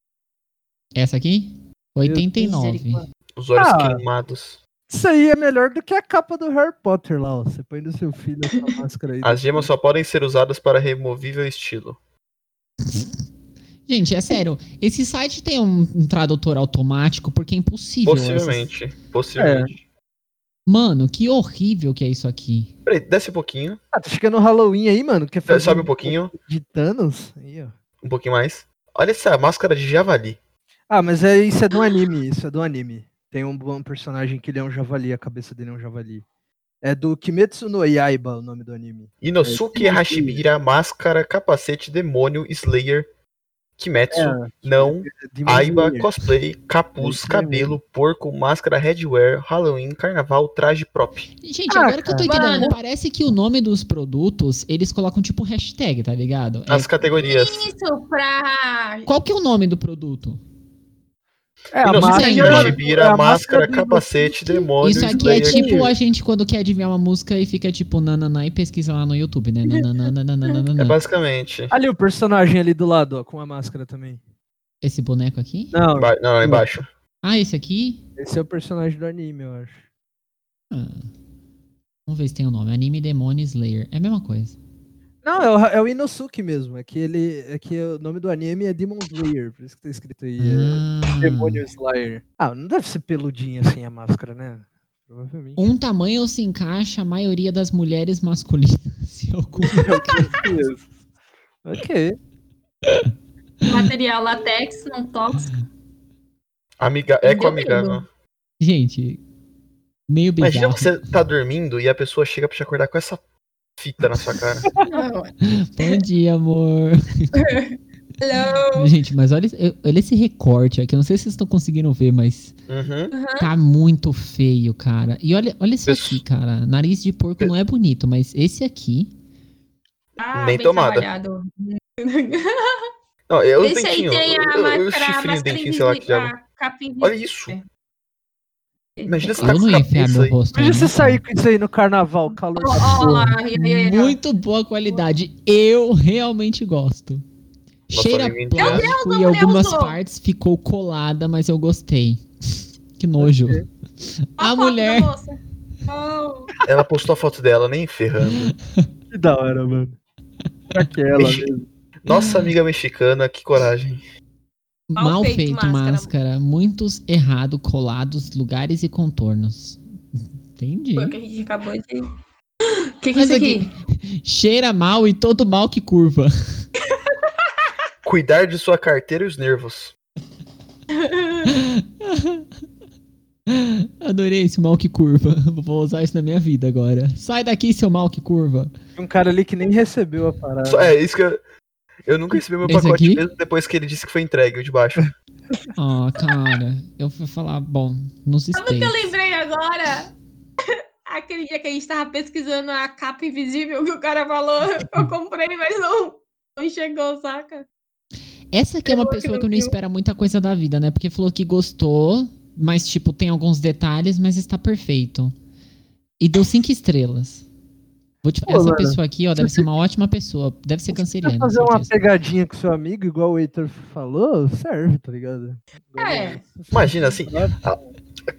Speaker 2: Essa aqui? 89.
Speaker 4: misericórdia.
Speaker 1: Os olhos
Speaker 4: Ah.
Speaker 1: queimados.
Speaker 4: Isso aí é melhor do que a capa do Harry Potter lá, ó. Você põe no seu filho essa máscara aí.
Speaker 1: As gemas só podem ser usadas para removível estilo.
Speaker 2: Gente, é sério. Esse site tem um, um tradutor automático porque é impossível. essas-
Speaker 1: Possivelmente. Possivelmente.
Speaker 2: Mano, que horrível que é isso aqui.
Speaker 1: Peraí, desce um pouquinho.
Speaker 4: Ah, tá chegando o Halloween aí, mano. Quer fazer
Speaker 1: Sobe um pouquinho.
Speaker 4: De Thanos? Aí, ó.
Speaker 1: Um pouquinho mais. Olha essa máscara de javali.
Speaker 4: Ah, mas é, isso é do anime, isso é do anime. Tem um bom personagem que ele é um javali, a cabeça dele é um javali. É do Kimetsu no Yaiba, o nome do anime.
Speaker 1: Inosuke
Speaker 4: É, sim,
Speaker 1: Hashimira, máscara, capacete, demônio, Slayer, Kimetsu, É,
Speaker 4: É.
Speaker 1: não,
Speaker 4: Demon
Speaker 1: Aiba,
Speaker 4: Slayer.
Speaker 1: cosplay, capuz,
Speaker 4: Esse é
Speaker 1: cabelo, porco, máscara, headwear, Halloween, carnaval, traje prop.
Speaker 2: Gente,
Speaker 4: Ah,
Speaker 2: agora que eu tô
Speaker 3: cara.
Speaker 2: entendendo,
Speaker 3: Mano.
Speaker 2: parece que o nome dos produtos, eles colocam tipo hashtag, tá ligado? É,
Speaker 1: As categorias.
Speaker 3: Isso pra.
Speaker 2: qual que é o nome do produto?
Speaker 4: É, a
Speaker 2: não sei,
Speaker 1: Inosuke
Speaker 2: mano.
Speaker 4: máscara,
Speaker 1: Hashimira,
Speaker 4: É a máscara
Speaker 1: máscara,
Speaker 4: do
Speaker 1: capacete, demônio,
Speaker 2: Isso aqui é
Speaker 1: Slayer.
Speaker 2: tipo a gente quando quer adivinhar uma música e fica tipo nananã e pesquisa lá no YouTube, né?
Speaker 1: É
Speaker 2: Nananana.
Speaker 1: basicamente.
Speaker 4: Ali o personagem ali do lado, ó, com a máscara também.
Speaker 2: Esse boneco aqui?
Speaker 4: Não,
Speaker 1: Emba- Não, é embaixo.
Speaker 2: Ah, esse aqui? Ah.
Speaker 4: esse é o personagem do anime, eu acho.
Speaker 2: Vamos ver se tem o nome. Anime Demônio Slayer. É a mesma coisa.
Speaker 4: Não, é o, é o Inosuke mesmo. É que ele. É que o nome do anime é Demon Slayer, por isso que tá escrito aí. é
Speaker 2: Ah.
Speaker 4: Demônio Slayer. Ah, não deve ser peludinha assim a máscara, né? Provavelmente.
Speaker 2: Um tamanho se encaixa a maioria das mulheres masculinas. em algum-
Speaker 4: ok.
Speaker 3: Material latex, não tóxico.
Speaker 1: Amiga,
Speaker 3: Deu
Speaker 1: eco amigano.
Speaker 2: Gente, meio bizarro.
Speaker 1: Imagina você tá dormindo e a pessoa chega pra te acordar com essa fita na sua cara.
Speaker 3: Não.
Speaker 2: Bom dia, amor.
Speaker 3: Hello.
Speaker 2: Gente, mas olha, eu- olha esse recorte aqui. Eu não sei se vocês estão conseguindo ver, mas
Speaker 1: Uhum.
Speaker 2: tá muito feio, cara. E olha, olha isso
Speaker 1: Pessoa-
Speaker 2: aqui, cara. Nariz de porco não é bonito, mas esse aqui.
Speaker 3: Ah,
Speaker 1: Nem
Speaker 3: bem
Speaker 1: tomada.
Speaker 3: trabalhado.
Speaker 1: Não, eu
Speaker 3: Esse aí
Speaker 1: dentinho,
Speaker 3: tem a
Speaker 1: eu- eu, eu
Speaker 3: máscara, a
Speaker 1: chifrinho,
Speaker 3: máscara
Speaker 1: dentinho, sei lá que diabo.
Speaker 3: invisível, a capa invisível.
Speaker 1: Olha isso. Imagina se
Speaker 2: Eu
Speaker 1: tá com
Speaker 2: não ia enfiar
Speaker 1: cabeça
Speaker 2: meu
Speaker 1: aí.
Speaker 2: rosto. né?
Speaker 4: Imagina
Speaker 2: aí,
Speaker 4: você
Speaker 2: não, cara.
Speaker 4: sair com isso aí no carnaval, calor.
Speaker 3: Ó, ó, ó, aí, aí, aí, ó.
Speaker 2: Muito boa qualidade. Eu realmente gosto.
Speaker 1: Nossa,
Speaker 2: Cheira
Speaker 1: amigo, então.
Speaker 2: plástico e
Speaker 3: Meu Deus, a mulher
Speaker 2: algumas
Speaker 3: usou.
Speaker 2: partes ficou colada, mas eu gostei. Que nojo.
Speaker 3: Ó
Speaker 2: A
Speaker 3: foto da
Speaker 2: mulher.
Speaker 3: moça. Ó.
Speaker 1: Ela postou a foto dela, nem ferrando.
Speaker 4: Que da hora, mano. Aquela
Speaker 1: Mexi-
Speaker 4: mesmo.
Speaker 1: Nossa amiga mexicana, que coragem.
Speaker 2: Mal, feito, máscara. Muitos errado, colados, lugares e contornos. Entendi.
Speaker 3: Foi o que a gente acabou de. O que, que é
Speaker 2: Mas
Speaker 3: isso
Speaker 2: aqui-
Speaker 3: aqui?
Speaker 2: Cheira mal e todo mal que curva.
Speaker 1: Cuidar de sua carteira e os nervos.
Speaker 2: Adorei esse mal que curva. Vou usar isso na minha vida agora. Sai daqui, seu mal que curva.
Speaker 4: Tem um cara ali que nem recebeu a parada.
Speaker 1: Só- é, isso que eu. Eu nunca recebi meu
Speaker 2: Esse
Speaker 1: pacote
Speaker 2: aqui?
Speaker 1: mesmo depois que ele disse que foi entregue o de baixo.
Speaker 2: Ah, cara. Eu vou falar, bom, nos
Speaker 3: Sabe o que eu
Speaker 2: espelhos.
Speaker 3: lembrei agora? Aquele dia que a gente tava pesquisando a capa invisível que o cara falou, eu comprei, mas não, não chegou, saca?
Speaker 2: Essa aqui é uma
Speaker 3: Eu
Speaker 2: pessoa
Speaker 3: aqui
Speaker 2: que
Speaker 3: no
Speaker 2: não
Speaker 3: Rio.
Speaker 2: espera muita coisa da vida, né? Porque falou que gostou, mas, tipo, tem alguns detalhes, mas está perfeito. E deu cinco estrelas. Vou te...
Speaker 4: Pô,
Speaker 2: Essa
Speaker 4: mano,
Speaker 2: pessoa aqui, ó, deve ser uma ótima pessoa. Deve ser
Speaker 4: Se você
Speaker 2: canceriana.
Speaker 4: fazer uma
Speaker 2: certeza.
Speaker 4: pegadinha com seu amigo, igual o Heitor falou, serve, tá ligado?
Speaker 3: É.
Speaker 1: Imagina, assim,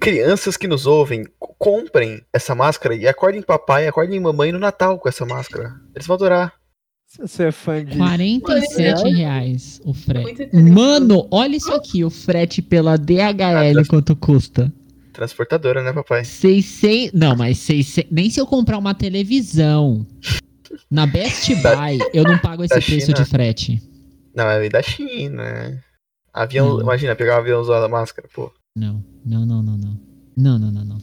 Speaker 1: Crianças que nos ouvem, c- comprem essa máscara e acordem papai, acordem mamãe no Natal com essa máscara. Eles vão adorar.
Speaker 4: Se você é fã de. é
Speaker 2: 47 reais o
Speaker 3: Muito
Speaker 2: frete.
Speaker 3: interessante.
Speaker 2: Mano, olha isso aqui, o frete pela DHL quanto custa?
Speaker 1: Transportadora, né, papai?
Speaker 2: 600, não, mas 600, nem se eu comprar uma televisão na Best Buy, eu não pago esse
Speaker 1: da
Speaker 2: preço
Speaker 1: China.
Speaker 2: de frete.
Speaker 1: Não, é da China. né? Avião,
Speaker 2: Hum.
Speaker 1: imagina, pegar um avião usando a máscara, pô.
Speaker 2: Não, não, não, não, não. Não, não, não, não.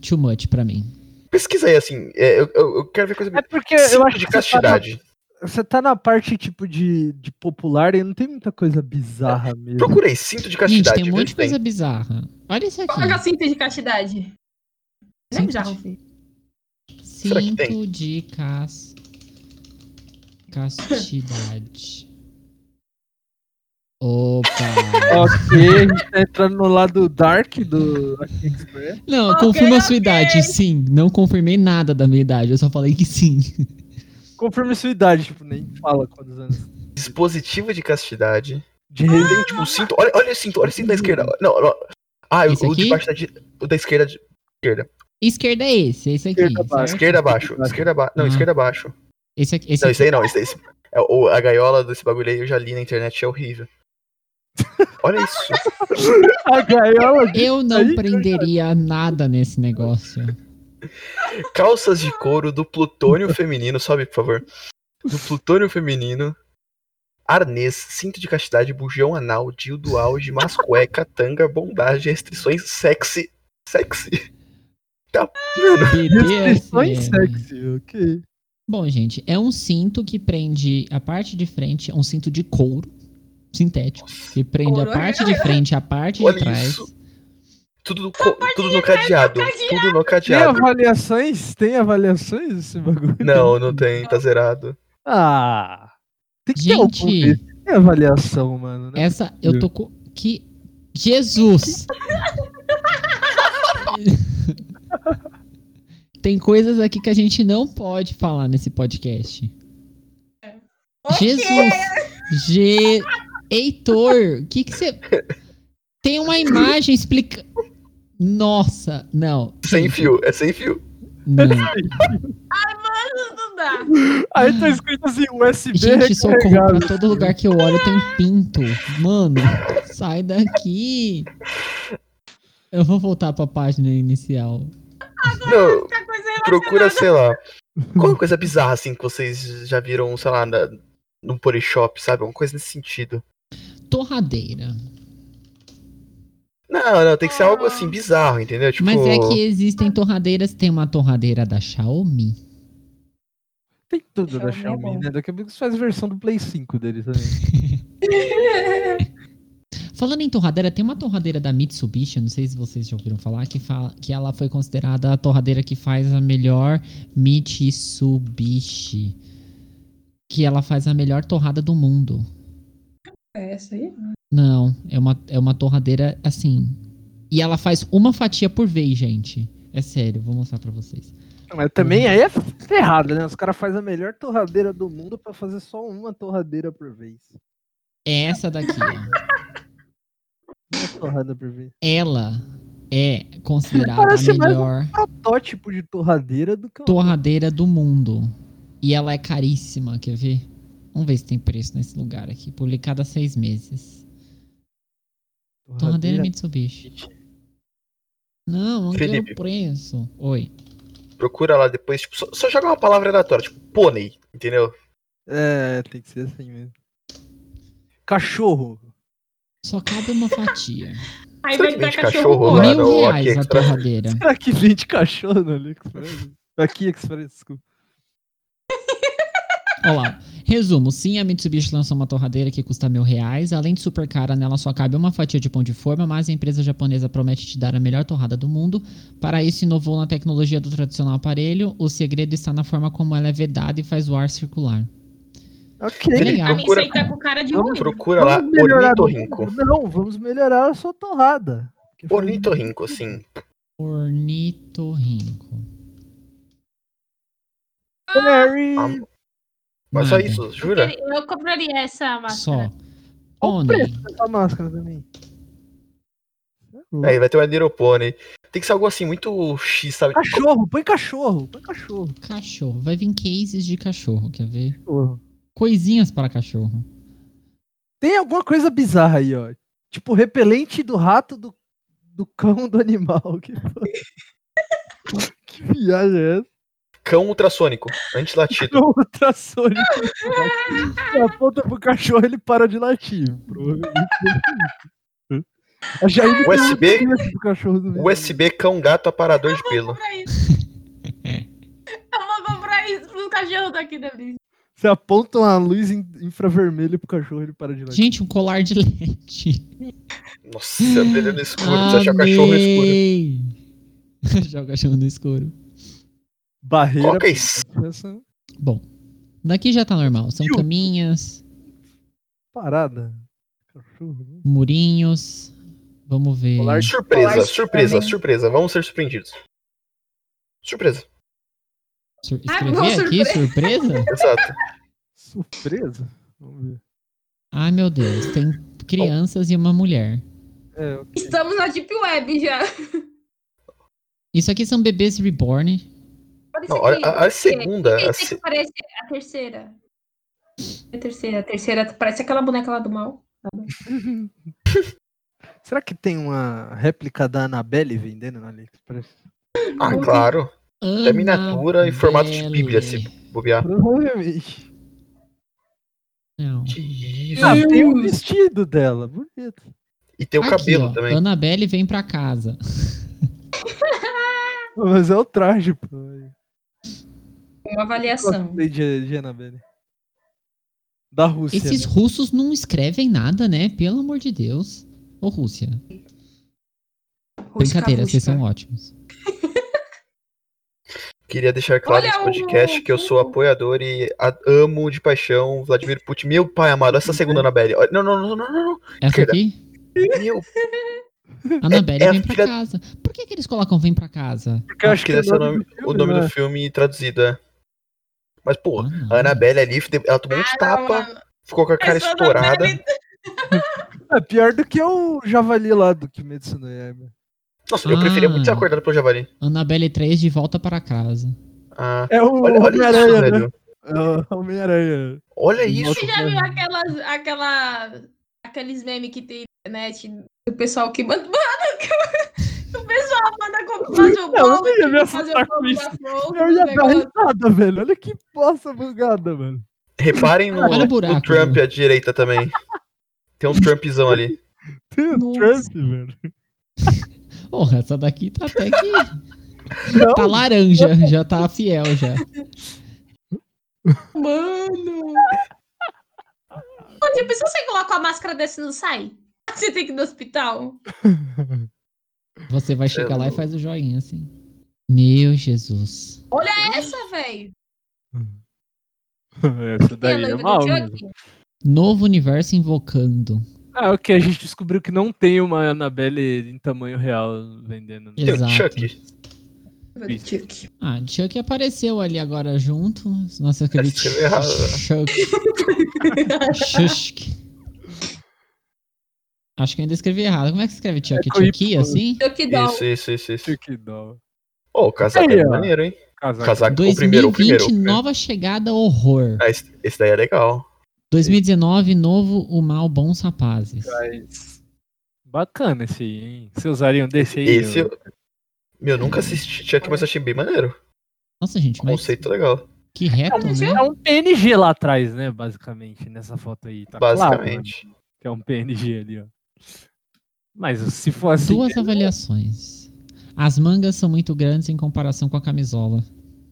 Speaker 2: Too much pra mim.
Speaker 1: Pesquisa aí, assim, é, eu, eu- eu quero ver coisa
Speaker 4: É
Speaker 1: bem.
Speaker 4: porque eu acho
Speaker 1: de
Speaker 4: que você tá, na,
Speaker 1: castidade.
Speaker 4: você tá na parte tipo de, de popular e não tem muita coisa bizarra mesmo.
Speaker 1: Procurei, cinto de
Speaker 2: Gente,
Speaker 1: castidade.
Speaker 2: tem um
Speaker 1: vê
Speaker 2: monte
Speaker 1: se
Speaker 2: de coisa bizarra. Olha isso aqui.
Speaker 3: Coloca cinto de castidade. Não é
Speaker 2: Cinto
Speaker 3: bizarro,
Speaker 2: de-
Speaker 3: filho.
Speaker 1: Será que tem?
Speaker 2: Cinto de cas... castidade. Opa!
Speaker 4: Ok, a gente tá entrando no lado dark do AliExpress.
Speaker 2: Não,
Speaker 3: Ok,
Speaker 2: confirma a
Speaker 3: ok.
Speaker 2: sua idade, sim. Não confirmei nada da minha idade, eu só falei que sim.
Speaker 4: Conforme sua idade, tipo, nem fala quantos anos.
Speaker 1: Dispositivo de castidade.
Speaker 4: De
Speaker 1: Ele tem, tipo, um cinto. Olha, olha o cinto, olha o cinto da esquerda. Não, não. Ah, o-
Speaker 2: Esse
Speaker 1: o de
Speaker 2: aqui?
Speaker 1: baixo da, di- o da esquerda. de- esquerda.
Speaker 2: Esquerda é esse, é esse aqui.
Speaker 4: Esquerda abaixo.
Speaker 2: certo?
Speaker 1: Esquerda abaixo.
Speaker 4: Baixo.
Speaker 1: Esquerda abaixo. Não,
Speaker 2: Ah.
Speaker 1: esquerda abaixo.
Speaker 2: Esse aqui, esse
Speaker 1: Não,
Speaker 2: aqui.
Speaker 1: isso aí não. Isso aí, isso- é, o- a gaiola desse bagulho aí eu já li na internet é horrível. Olha isso.
Speaker 4: a gaiola é de
Speaker 2: Eu
Speaker 4: aí,
Speaker 2: não
Speaker 4: eu
Speaker 2: prenderia nada nesse negócio.
Speaker 1: Calças de couro do plutônio feminino, sobe, por favor. Do plutônio feminino. Arnês, cinto de castidade, bujão anal, dildo auge, mascueca, tanga, bondagem, restrições, sexy. Sexy. Tá, mano.
Speaker 4: restrições
Speaker 2: BDSM.
Speaker 4: sexy, ok.
Speaker 2: Bom, gente, é um cinto que prende a parte de frente, é um cinto de couro sintético, que prende
Speaker 3: Couro.
Speaker 2: a parte de frente, a parte
Speaker 1: Olha
Speaker 2: de trás.
Speaker 1: isso. Tudo no, co- tudo no cadeado. Tudo no
Speaker 4: Tem
Speaker 1: cadeado.
Speaker 4: avaliações? Tem avaliações esse bagulho?
Speaker 1: Não, não tem, tá zerado.
Speaker 4: Ah. Tem que ter algum
Speaker 2: Gente.
Speaker 4: desse. Tem avaliação, mano. Né?
Speaker 2: Essa eu tô com. Que. Jesus! Tem coisas aqui que a gente não pode falar nesse podcast. Jesus! Je... Heitor, o que que você. Tem uma imagem explica. Nossa, não.
Speaker 1: Sem fio, é sem fio.
Speaker 2: Não.
Speaker 3: Não dá.
Speaker 4: Aí tá escrito assim, USB
Speaker 2: É. Gente, socorro
Speaker 4: recarregável.
Speaker 2: pra todo lugar que eu olho tem pinto. Mano, sai daqui. Eu vou voltar pra página inicial.
Speaker 1: Não,
Speaker 3: Outra coisa é
Speaker 1: procura, sei lá. Qual é a coisa bizarra assim que vocês já viram, sei lá, na, num Polishop, sabe? Alguma coisa nesse sentido.
Speaker 2: Torradeira.
Speaker 1: Não, não, tem que ser algo assim bizarro, entendeu? Tipo,
Speaker 2: Mas é que existem torradeiras, tem uma torradeira da Xiaomi.
Speaker 4: Tem tudo da
Speaker 3: Xiaomi é
Speaker 4: Xiaomi,
Speaker 2: um
Speaker 3: bom.
Speaker 4: né? Daqui a pouco você faz versão do Play né? 5 dele também.
Speaker 2: Falando em torradeira, tem uma torradeira da Mitsubishi, eu não sei se vocês já ouviram falar, que, fala, que ela foi considerada a torradeira que faz a melhor Mitsubishi. Que ela faz a melhor torrada do mundo.
Speaker 3: É essa aí?
Speaker 2: Não, é uma, é uma torradeira assim. E ela faz uma fatia por vez, gente. É sério, vou mostrar pra vocês.
Speaker 4: Mas também aí é ferrado, né? Os caras fazem a melhor torradeira do mundo pra fazer só uma torradeira por vez.
Speaker 2: É essa daqui, ó.
Speaker 4: Uma torrada por vez.
Speaker 2: Ela é considerada
Speaker 4: Parece
Speaker 2: a
Speaker 4: mais um-
Speaker 2: melhor
Speaker 4: Protótipo de torradeira do que uma-
Speaker 2: torradeira do mundo. E ela é caríssima, quer ver? Vamos ver se tem preço nesse lugar aqui. Publicada há seis meses. Torradeira é Mitsubishi. Não, não quero
Speaker 1: Felipe.
Speaker 2: preço. Oi.
Speaker 1: procura lá depois, tipo, só, só joga uma palavra aleatória, tipo, pônei, entendeu?
Speaker 4: É, tem que ser assim mesmo. Cachorro.
Speaker 2: Só cabe uma fatia.
Speaker 3: Aí
Speaker 1: Será
Speaker 3: vai
Speaker 1: que
Speaker 3: dar
Speaker 1: vende
Speaker 3: cachorro
Speaker 1: cachorro lá?
Speaker 3: gordo.
Speaker 1: Claro,
Speaker 2: Mil
Speaker 1: o
Speaker 2: reais a
Speaker 1: AliExpress.
Speaker 2: torradeira.
Speaker 4: Será que vende cachorro no AliExpress? Aqui, Express, desculpa.
Speaker 2: Olha lá. Resumo, sim, a Mitsubishi lançou uma torradeira que custa mil reais. Além de super cara, nela só cabe uma fatia de pão de forma, mas a empresa japonesa promete te dar a melhor torrada do mundo. Para isso, inovou na tecnologia do tradicional aparelho. O segredo está na forma como ela é vedada e faz o ar circular.
Speaker 4: Ok.
Speaker 2: Legal.
Speaker 3: Ah, Isso aí tá com cara de ruim.
Speaker 1: Procura lá, ornitorrinco.
Speaker 4: Não, vamos melhorar a sua torrada. Que foi-
Speaker 1: Ornitorrinco, assim.
Speaker 2: Ornitorrinco.
Speaker 4: Mary.
Speaker 1: Ah, Mas só
Speaker 2: Nada.
Speaker 1: isso, jura?
Speaker 3: Eu compraria essa máscara.
Speaker 2: Só.
Speaker 4: Olha
Speaker 2: Pony.
Speaker 4: o preço dessa máscara também. é
Speaker 1: Aí vai ter um aeropone. Tem que ser algo assim, muito X, sabe?
Speaker 4: Cachorro, põe cachorro, põe cachorro.
Speaker 2: Cachorro. Vai vir cases de cachorro, quer ver?
Speaker 4: cachorro.
Speaker 2: Coisinhas para cachorro.
Speaker 4: Tem alguma coisa bizarra aí, ó. Tipo, repelente do rato do, do cão do animal. Que, porra. que viagem é essa?
Speaker 1: Cão ultrassônico, antilatido.
Speaker 4: Cão ultrassônico. Você aponta pro cachorro, ele para de latir. Provavelmente. A Jair
Speaker 1: USB?
Speaker 4: do cachorro do vídeo.
Speaker 1: USB cão gato aparador de pelo.
Speaker 3: comprar isso. Eu vou comprar isso pro cachorro daqui da Brisa.
Speaker 4: Você aponta uma luz in- infravermelha pro cachorro, ele para de latir.
Speaker 2: Gente, um colar de LED.
Speaker 1: Nossa, brilhando no escuro, precisa achar o cachorro no escuro.
Speaker 2: Amei. Achar o cachorro no escuro.
Speaker 4: Barreira.
Speaker 1: Coloca isso.
Speaker 4: Essa
Speaker 2: Bom, daqui já tá normal. São
Speaker 4: Viu?
Speaker 2: caminhas,
Speaker 4: parada. Cachorro. né?
Speaker 2: murinhos. Vamos ver.
Speaker 4: Colar
Speaker 1: Surpresa,
Speaker 3: Colar
Speaker 1: surpresa,
Speaker 3: também.
Speaker 1: surpresa. Vamos ser surpreendidos. Surpresa,
Speaker 2: Sur-
Speaker 3: Ah,
Speaker 2: escrever
Speaker 3: não,
Speaker 2: aqui, surpresa?
Speaker 1: exato.
Speaker 4: Surpresa? Vamos ver.
Speaker 2: Ai, meu Deus. Tem crianças e uma mulher.
Speaker 4: É, ok.
Speaker 3: Estamos na Deep Web já.
Speaker 2: Isso aqui são bebês reborn.
Speaker 3: Olha isso
Speaker 1: Não, olha,
Speaker 3: aqui.
Speaker 1: a, a
Speaker 3: Esse
Speaker 1: segunda. a
Speaker 3: aqui
Speaker 1: se-
Speaker 3: parece a terceira. É A terceira, a terceira parece aquela boneca lá do mal.
Speaker 4: Será que tem uma réplica da Annabelle vendendo na AliExpress?
Speaker 1: Ah, claro. É miniatura e formato de bíblia, assim. se
Speaker 2: Annabelle.
Speaker 1: bobear.
Speaker 4: Provavelmente.
Speaker 2: Não.
Speaker 1: Que isso.
Speaker 4: Ah, tem o vestido dela. Bonito.
Speaker 1: E tem o
Speaker 2: Aqui,
Speaker 1: cabelo
Speaker 2: ó,
Speaker 1: também.
Speaker 2: Annabelle vem pra casa.
Speaker 4: Mas é o traje, pô.
Speaker 3: Uma avaliação.
Speaker 4: Gostei de, de Annabelle. Da Rússia.
Speaker 2: Esses
Speaker 4: né?
Speaker 2: russos não escrevem nada, né? Pelo amor de Deus. Ô, Rússia. Brincadeira, vocês são ótimos.
Speaker 1: Queria deixar claro
Speaker 3: Olha
Speaker 1: nesse
Speaker 3: o-
Speaker 1: podcast que eu sou apoiador e a- amo de paixão Vladimir Putin. Meu pai amado, essa segunda Anabelle. Olha- Não, não, não, não, não, não.
Speaker 2: Essa
Speaker 1: Esquerda.
Speaker 2: aqui?
Speaker 1: Meu,
Speaker 2: Annabelle
Speaker 1: É- é a
Speaker 2: vem pra
Speaker 1: filha-
Speaker 2: casa. Por que, que eles colocam vem pra casa?
Speaker 4: Porque eu
Speaker 1: acho que deve ser o nome,
Speaker 4: do
Speaker 1: o
Speaker 4: filme,
Speaker 1: nome
Speaker 4: né?
Speaker 1: do filme traduzido, é. Mas, pô,
Speaker 2: Ah, não.
Speaker 1: a Anabelle ali, ela tomou uns tapas, ficou com a cara estourada.
Speaker 4: É pior do que o Javali lá do Kimetsu no Yaiba.
Speaker 1: Nossa, eu preferia muito
Speaker 2: Ah.
Speaker 1: ser acordado pelo Javali.
Speaker 2: Annabelle 3 de volta para casa.
Speaker 1: Ah,
Speaker 4: É o
Speaker 1: olha, olha isso,
Speaker 4: Homem-Aranha, né?
Speaker 1: velho.
Speaker 4: É o Homem-Aranha.
Speaker 1: Olha isso.
Speaker 3: Você já viu aquelas, aquela, aqueles memes que tem na internet do pessoal que manda. Mano, que- o pessoal manda com- fazer o
Speaker 4: Não, eu
Speaker 3: bolo.
Speaker 4: não ia me
Speaker 3: fazer
Speaker 4: assustar
Speaker 3: o
Speaker 4: com
Speaker 3: bolo
Speaker 4: isso.
Speaker 3: da flor,
Speaker 4: Eu ia dar
Speaker 3: negócio.
Speaker 4: risada, velho. Olha que poça bugada, mano.
Speaker 1: Reparem no,
Speaker 2: Olha o
Speaker 1: no
Speaker 2: buraco,
Speaker 1: Trump
Speaker 2: né?
Speaker 1: à direita também. Tem um Trumpzão ali.
Speaker 4: Tem o
Speaker 2: Nossa.
Speaker 4: Trump, velho.
Speaker 2: Porra, essa daqui tá até que.
Speaker 4: Não.
Speaker 2: Tá laranja, já tá fiel já.
Speaker 3: Mano! Onde pensa tipo, você coloca a máscara dessa e não sai? Você tem que ir no hospital?
Speaker 2: Você
Speaker 1: É,
Speaker 2: vai chegar lá e faz o joinha assim. Meu Jesus.
Speaker 3: Essa, velho.
Speaker 4: Essa daí é mal. mesmo.
Speaker 2: Novo universo invocando.
Speaker 4: Ah, ok, a gente descobriu que não tem uma Annabelle em tamanho real vendendo. né?
Speaker 1: Tem o
Speaker 2: Exato.
Speaker 1: Chuck.
Speaker 2: Ah, Chuck apareceu ali agora junto. Nossa, aquele
Speaker 1: Você viu errado, né?
Speaker 2: Chuck. Chuck. Acho que eu ainda escrevi errado. Como é que escreve Chuck?
Speaker 4: com Y.
Speaker 2: Chucky, assim?
Speaker 3: Chuck Doll.
Speaker 1: Isso, isso, isso, isso.
Speaker 4: Que dó.
Speaker 1: Ô, o casaco
Speaker 4: Aí,
Speaker 1: é
Speaker 4: ó.
Speaker 1: maneiro, hein?
Speaker 4: Casaco.
Speaker 1: Casaco, Tá o primeiro, o primeiro.
Speaker 2: 2020, nova chegada, horror.
Speaker 1: Ah, esse, esse daí é legal.
Speaker 2: 2019, novo, o mal, bons rapazes.
Speaker 4: Mas- Bacana esse aí, hein? Vocês usariam desse aí?
Speaker 1: Esse
Speaker 4: eu-
Speaker 1: eu... Meu, eu nunca assisti Chuck, mas eu achei bem maneiro.
Speaker 2: Nossa, gente, mas
Speaker 1: Conceito legal.
Speaker 2: que
Speaker 1: Tá
Speaker 2: reto, né?
Speaker 4: É um PNG lá atrás, né? Basicamente, nessa foto aí. Tá claro,
Speaker 1: basicamente.
Speaker 4: né, que é um PNG ali, ó. Mas se for assim.
Speaker 2: Duas avaliações. As mangas são muito grandes em comparação com a camisola.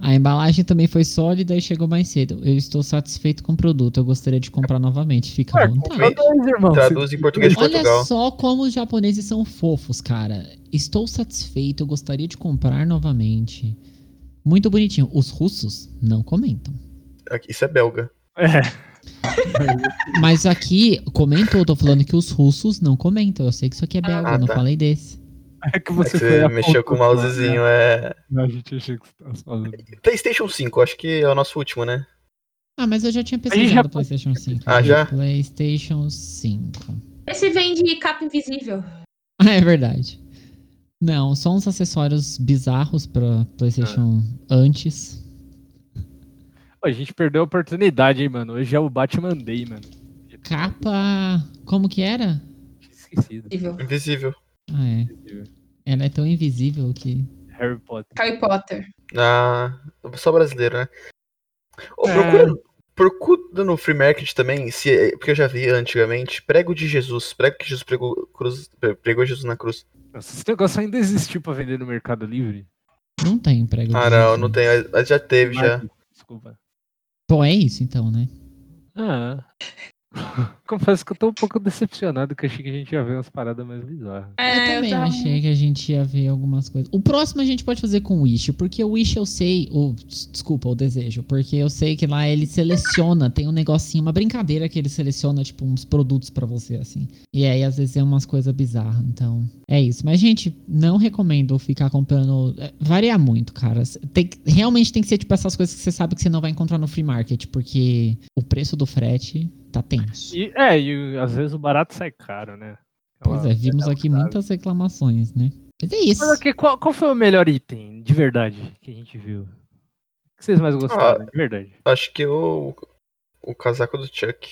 Speaker 2: a embalagem também foi sólida e chegou mais cedo. Eu estou satisfeito com o produto. Eu gostaria de comprar novamente. Fica à
Speaker 4: Ué,
Speaker 2: vontade.
Speaker 4: Só dois, irmão.
Speaker 1: Traduz
Speaker 4: Se-
Speaker 1: em português de
Speaker 2: Olha
Speaker 1: Portugal.
Speaker 2: só como os japoneses são fofos, cara. Estou satisfeito, eu gostaria de comprar novamente. Muito bonitinho. Os russos não comentam.
Speaker 1: Aqui- Isso é belga.
Speaker 4: É.
Speaker 2: Mas aqui, comentou, eu tô falando que os russos não comentam. Eu sei que isso aqui é belga,
Speaker 1: Ah,
Speaker 2: eu não
Speaker 1: tá.
Speaker 2: falei desse.
Speaker 4: É que
Speaker 1: É que
Speaker 4: você, foi
Speaker 1: Você
Speaker 4: a
Speaker 1: mexeu
Speaker 4: foto
Speaker 1: com o
Speaker 4: lá,
Speaker 1: mousezinho, é.
Speaker 4: né? A gente achou que você tava falando.
Speaker 1: PlayStation 5, acho que é o nosso último, né?
Speaker 2: Ah, mas eu já tinha
Speaker 4: gente
Speaker 2: pesquisado
Speaker 4: já-
Speaker 2: o PlayStation 5.
Speaker 1: Ah, já?
Speaker 2: PlayStation 5.
Speaker 3: Esse vem de capa invisível.
Speaker 2: Ah, é verdade. Não, só uns acessórios bizarros pra PlayStation
Speaker 1: Ah.
Speaker 2: antes.
Speaker 4: Pô, a gente perdeu a oportunidade, hein, mano. Hoje é o Batman Day, mano.
Speaker 1: Tá.
Speaker 2: Capa. Como que era?
Speaker 4: Tinha esquecido.
Speaker 3: Invisível.
Speaker 1: Invisível.
Speaker 2: Ah, é. Ela é tão invisível que.
Speaker 4: Harry Potter.
Speaker 3: Harry Potter.
Speaker 1: Ah, só brasileiro, né? Ô,
Speaker 4: É.
Speaker 1: procura, procura no free market também, se, é, porque eu já vi antigamente, prego de Jesus, prego que Jesus pregou, cruz, pregou Jesus na cruz.
Speaker 4: Nossa, esse negócio ainda existiu pra vender no Mercado Livre?
Speaker 2: Não tem emprego.
Speaker 1: Ah,
Speaker 4: Uhum.
Speaker 1: não, não tem, mas já teve, já.
Speaker 4: Marketing, Desculpa.
Speaker 2: Bom, é isso então, né?
Speaker 4: Ah. Confesso que eu tô um pouco decepcionado, que eu achei que a gente ia ver umas paradas mais bizarras.
Speaker 3: É,
Speaker 2: eu também
Speaker 3: tava-
Speaker 2: achei que a gente ia ver algumas coisas. O próximo a gente pode fazer com o Wish, porque o Wish eu sei, ou des- desculpa, o desejo, porque eu sei que lá ele seleciona, tem um negocinho, uma brincadeira que ele seleciona, tipo, uns produtos pra você, assim. E aí, às vezes, é umas coisas bizarras, então. É isso. Mas, gente, não recomendo ficar comprando. é, Varia muito, cara. Tem que- realmente tem que ser, tipo, essas coisas que você sabe que você não vai encontrar no free market, porque o preço do frete tá tenso.
Speaker 4: E, é, e às vezes o barato sai caro, né?
Speaker 2: Pois é, vimos aqui muitas reclamações, né? Mas é isso.
Speaker 4: Mas ok, qual, qual foi o melhor item, de verdade, que a gente viu? O que vocês
Speaker 1: Ah.
Speaker 4: mais gostaram, de verdade?
Speaker 1: Acho que o, o casaco do Chuck.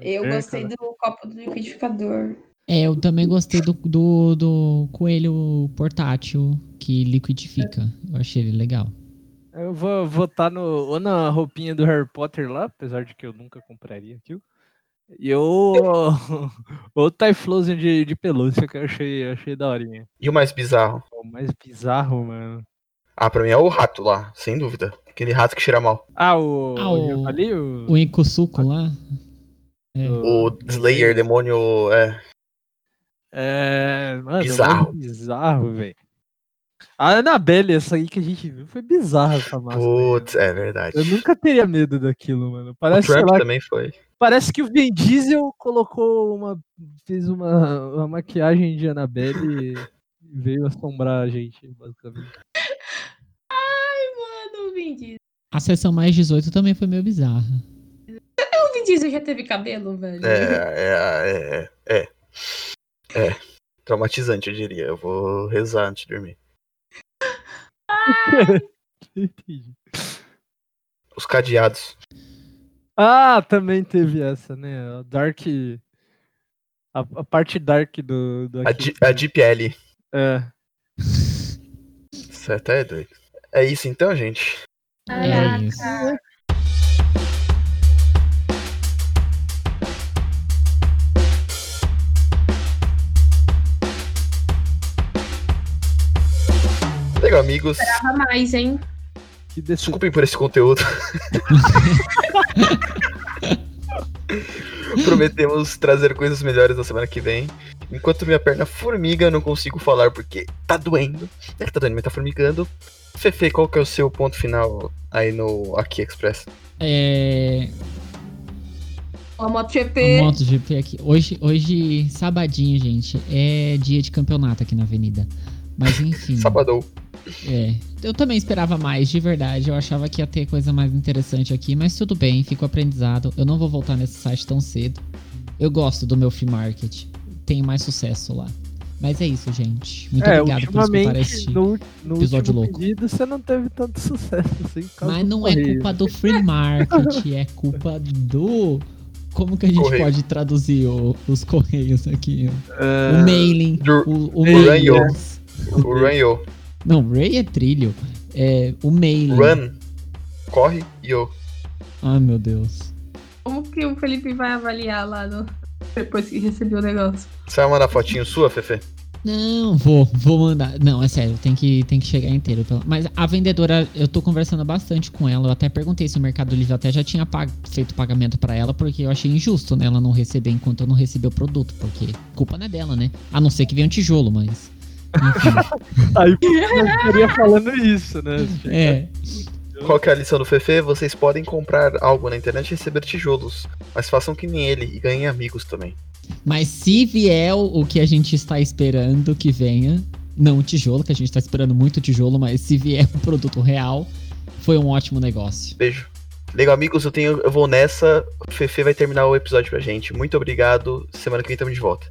Speaker 3: Eu
Speaker 4: É,
Speaker 3: gostei
Speaker 4: cara.
Speaker 3: do copo do liquidificador.
Speaker 2: É, eu também gostei do, do, do coelho portátil que liquidifica. Eu achei ele legal.
Speaker 4: Eu vou votar no, ou na roupinha do Harry Potter lá, apesar de que eu nunca compraria aquilo. E ou ou o Typhlosion de, de pelúcia, que eu achei, achei daorinha.
Speaker 1: E o mais bizarro?
Speaker 4: O mais bizarro, mano.
Speaker 1: Ah, pra mim é o rato lá, sem dúvida. Aquele rato que cheira mal.
Speaker 4: Ah, o.
Speaker 2: Ah, o-
Speaker 4: Ali, o,
Speaker 2: O Ikusuko lá? é.
Speaker 1: O Slayer, demônio, é.
Speaker 4: É, mano, mas
Speaker 1: Bizarro.
Speaker 4: Bizarro, velho. A Anabelle, essa aí que a gente viu, foi bizarra essa máscara.
Speaker 1: Putz, é verdade.
Speaker 4: Eu nunca teria medo daquilo, mano.
Speaker 1: O
Speaker 4: Parece, sei
Speaker 1: Trump
Speaker 4: lá,
Speaker 1: também foi.
Speaker 4: parece que o Vin Diesel colocou uma. fez uma, uma maquiagem de Annabelle e veio assombrar a gente, basicamente.
Speaker 3: Mano, o Vin Diesel.
Speaker 2: A sessão mais 18 também foi meio bizarra.
Speaker 3: O Vin Diesel já teve cabelo, velho.
Speaker 1: É, é, é, é. É. É. Traumatizante, eu diria. Eu vou rezar antes de dormir.
Speaker 4: Entendi.
Speaker 1: Os cadeados.
Speaker 4: Ah, também teve essa, né? A Dark. A, a parte dark do. do
Speaker 1: A,
Speaker 4: aqui-
Speaker 1: Di- a DPL.
Speaker 4: É.
Speaker 1: Isso é até doido. É isso então, gente.
Speaker 2: É
Speaker 3: Caraca.
Speaker 2: isso.
Speaker 1: Chega, amigos.
Speaker 3: Tava mais, hein?
Speaker 4: Que desse...
Speaker 1: Desculpem por esse conteúdo. Prometemos trazer coisas melhores na semana que vem. Enquanto minha perna formiga, não consigo falar porque tá doendo. Não é que tá doendo, mas tá formigando. Fefe, qual que é o seu ponto final aí no Aqui Express?
Speaker 2: É,
Speaker 3: Ó, A MotoGP.
Speaker 2: a MotoGP aqui. Hoje, hoje, sabadinho, gente, é dia de campeonato aqui na Avenida. Mas enfim.
Speaker 1: Sabadão.
Speaker 2: É. Eu também esperava mais, de verdade. Eu achava que ia ter coisa mais interessante aqui, mas tudo bem, fico aprendizado. Eu não vou voltar nesse site tão cedo. Eu gosto do meu free market. Tem mais sucesso lá. Mas é isso, gente. Muito
Speaker 4: é,
Speaker 2: obrigado por escutar
Speaker 4: ultimamente,
Speaker 2: este.
Speaker 4: no, no
Speaker 2: episódio
Speaker 4: último
Speaker 2: louco.
Speaker 4: pedido, você não teve tanto sucesso assim. por causa
Speaker 2: Mas
Speaker 4: do
Speaker 2: não é
Speaker 4: correio.
Speaker 2: culpa do free market, é culpa do. Como que a gente
Speaker 1: Correio.
Speaker 2: pode traduzir o- os correios aqui?
Speaker 4: É,
Speaker 2: O mailing,
Speaker 1: Dur-
Speaker 2: o, o
Speaker 4: Mail,
Speaker 2: mailing.
Speaker 1: é. O Run Yo.
Speaker 2: Não, Ray é trilho. É o mailing.
Speaker 1: Run. Corre, Yo.
Speaker 2: Ai, meu Deus.
Speaker 3: Como que o Felipe vai avaliar lá no... depois que recebeu o negócio?
Speaker 1: Você vai mandar fotinho sua, Fefe?
Speaker 2: Não, vou, vou mandar. Não, é sério, tem que, tem que chegar inteiro. pelo- Mas a vendedora, eu tô conversando bastante com ela. Eu até perguntei se o Mercado Livre até já tinha pag- feito pagamento pra ela, porque eu achei injusto né, ela não receber enquanto eu não recebi o produto, porque culpa não é dela, né? A não ser que venha um tijolo, mas. Enfim,
Speaker 4: Aí eu estaria falando isso, né?
Speaker 2: é.
Speaker 1: Qual que é a lição do Fefe? Vocês podem comprar algo na internet e receber tijolos. Mas façam que nem ele e ganhem amigos também.
Speaker 2: Mas se vier o o que a gente está esperando que venha, não o tijolo, que a gente está esperando muito tijolo, mas se vier um produto real, foi um ótimo negócio.
Speaker 1: Beijo. Legal, amigos, eu, tenho, eu vou nessa. O Fefe vai terminar o episódio pra gente. Muito obrigado. Semana que vem tamo de volta.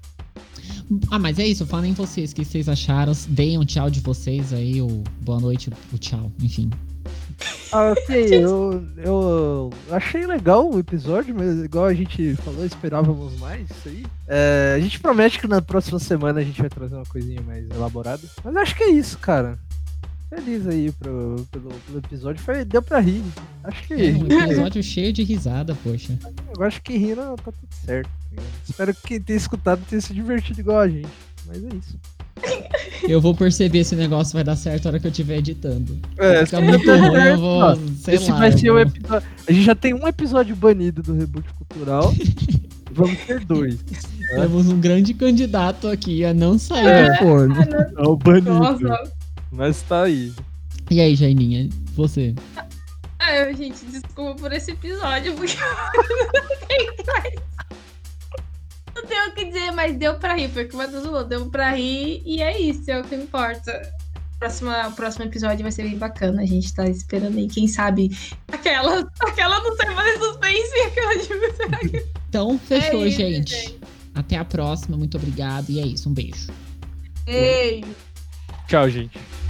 Speaker 2: Ah, mas é isso, falem vocês o que vocês acharam, deem um tchau de vocês aí, ou boa noite, o tchau, enfim.
Speaker 4: Ah, ok, eu, eu achei legal o episódio, mas igual a gente falou, esperávamos mais isso aí. É, a gente promete que na próxima semana a gente vai trazer uma coisinha mais elaborada. Mas acho que é isso, cara. Feliz aí pro- pelo, pelo episódio. Foi, deu pra rir. Acho que.
Speaker 2: É um episódio cheio de risada, poxa.
Speaker 4: Eu acho que rir não, tá tudo certo. tá ligado? Espero que quem tenha escutado tenha se divertido igual a gente. Mas é isso.
Speaker 2: Eu vou perceber se o negócio vai dar certo na hora que eu estiver editando.
Speaker 4: É,
Speaker 2: Fica muito ruim, eu vou, sei
Speaker 4: Esse
Speaker 2: lá, é
Speaker 4: vai
Speaker 2: eu
Speaker 4: ser o
Speaker 2: vou-
Speaker 4: episódio. A gente já tem um episódio banido do Reboot Cultural. Vamos ter dois.
Speaker 2: Temos um grande candidato aqui a não sair
Speaker 4: É.
Speaker 2: do forno.
Speaker 4: É o banido.
Speaker 3: Nossa.
Speaker 4: Mas tá aí.
Speaker 2: E aí, Jaininha, você?
Speaker 3: Ai, gente, desculpa por esse episódio, porque eu não tenho mais. Não tenho o que dizer, mas deu pra rir, foi o que o Matheus falou, deu pra rir e é isso, é o que importa. Próxima, o próximo episódio vai ser bem bacana, a gente tá esperando aí, quem sabe aquela, aquela não sei fazer suspense e aquela de
Speaker 2: Então, fechou,
Speaker 3: isso,
Speaker 2: gente.
Speaker 3: gente.
Speaker 2: é Até a próxima, muito obrigado. E é isso, um beijo.
Speaker 3: Ei,
Speaker 4: Tchau, gente.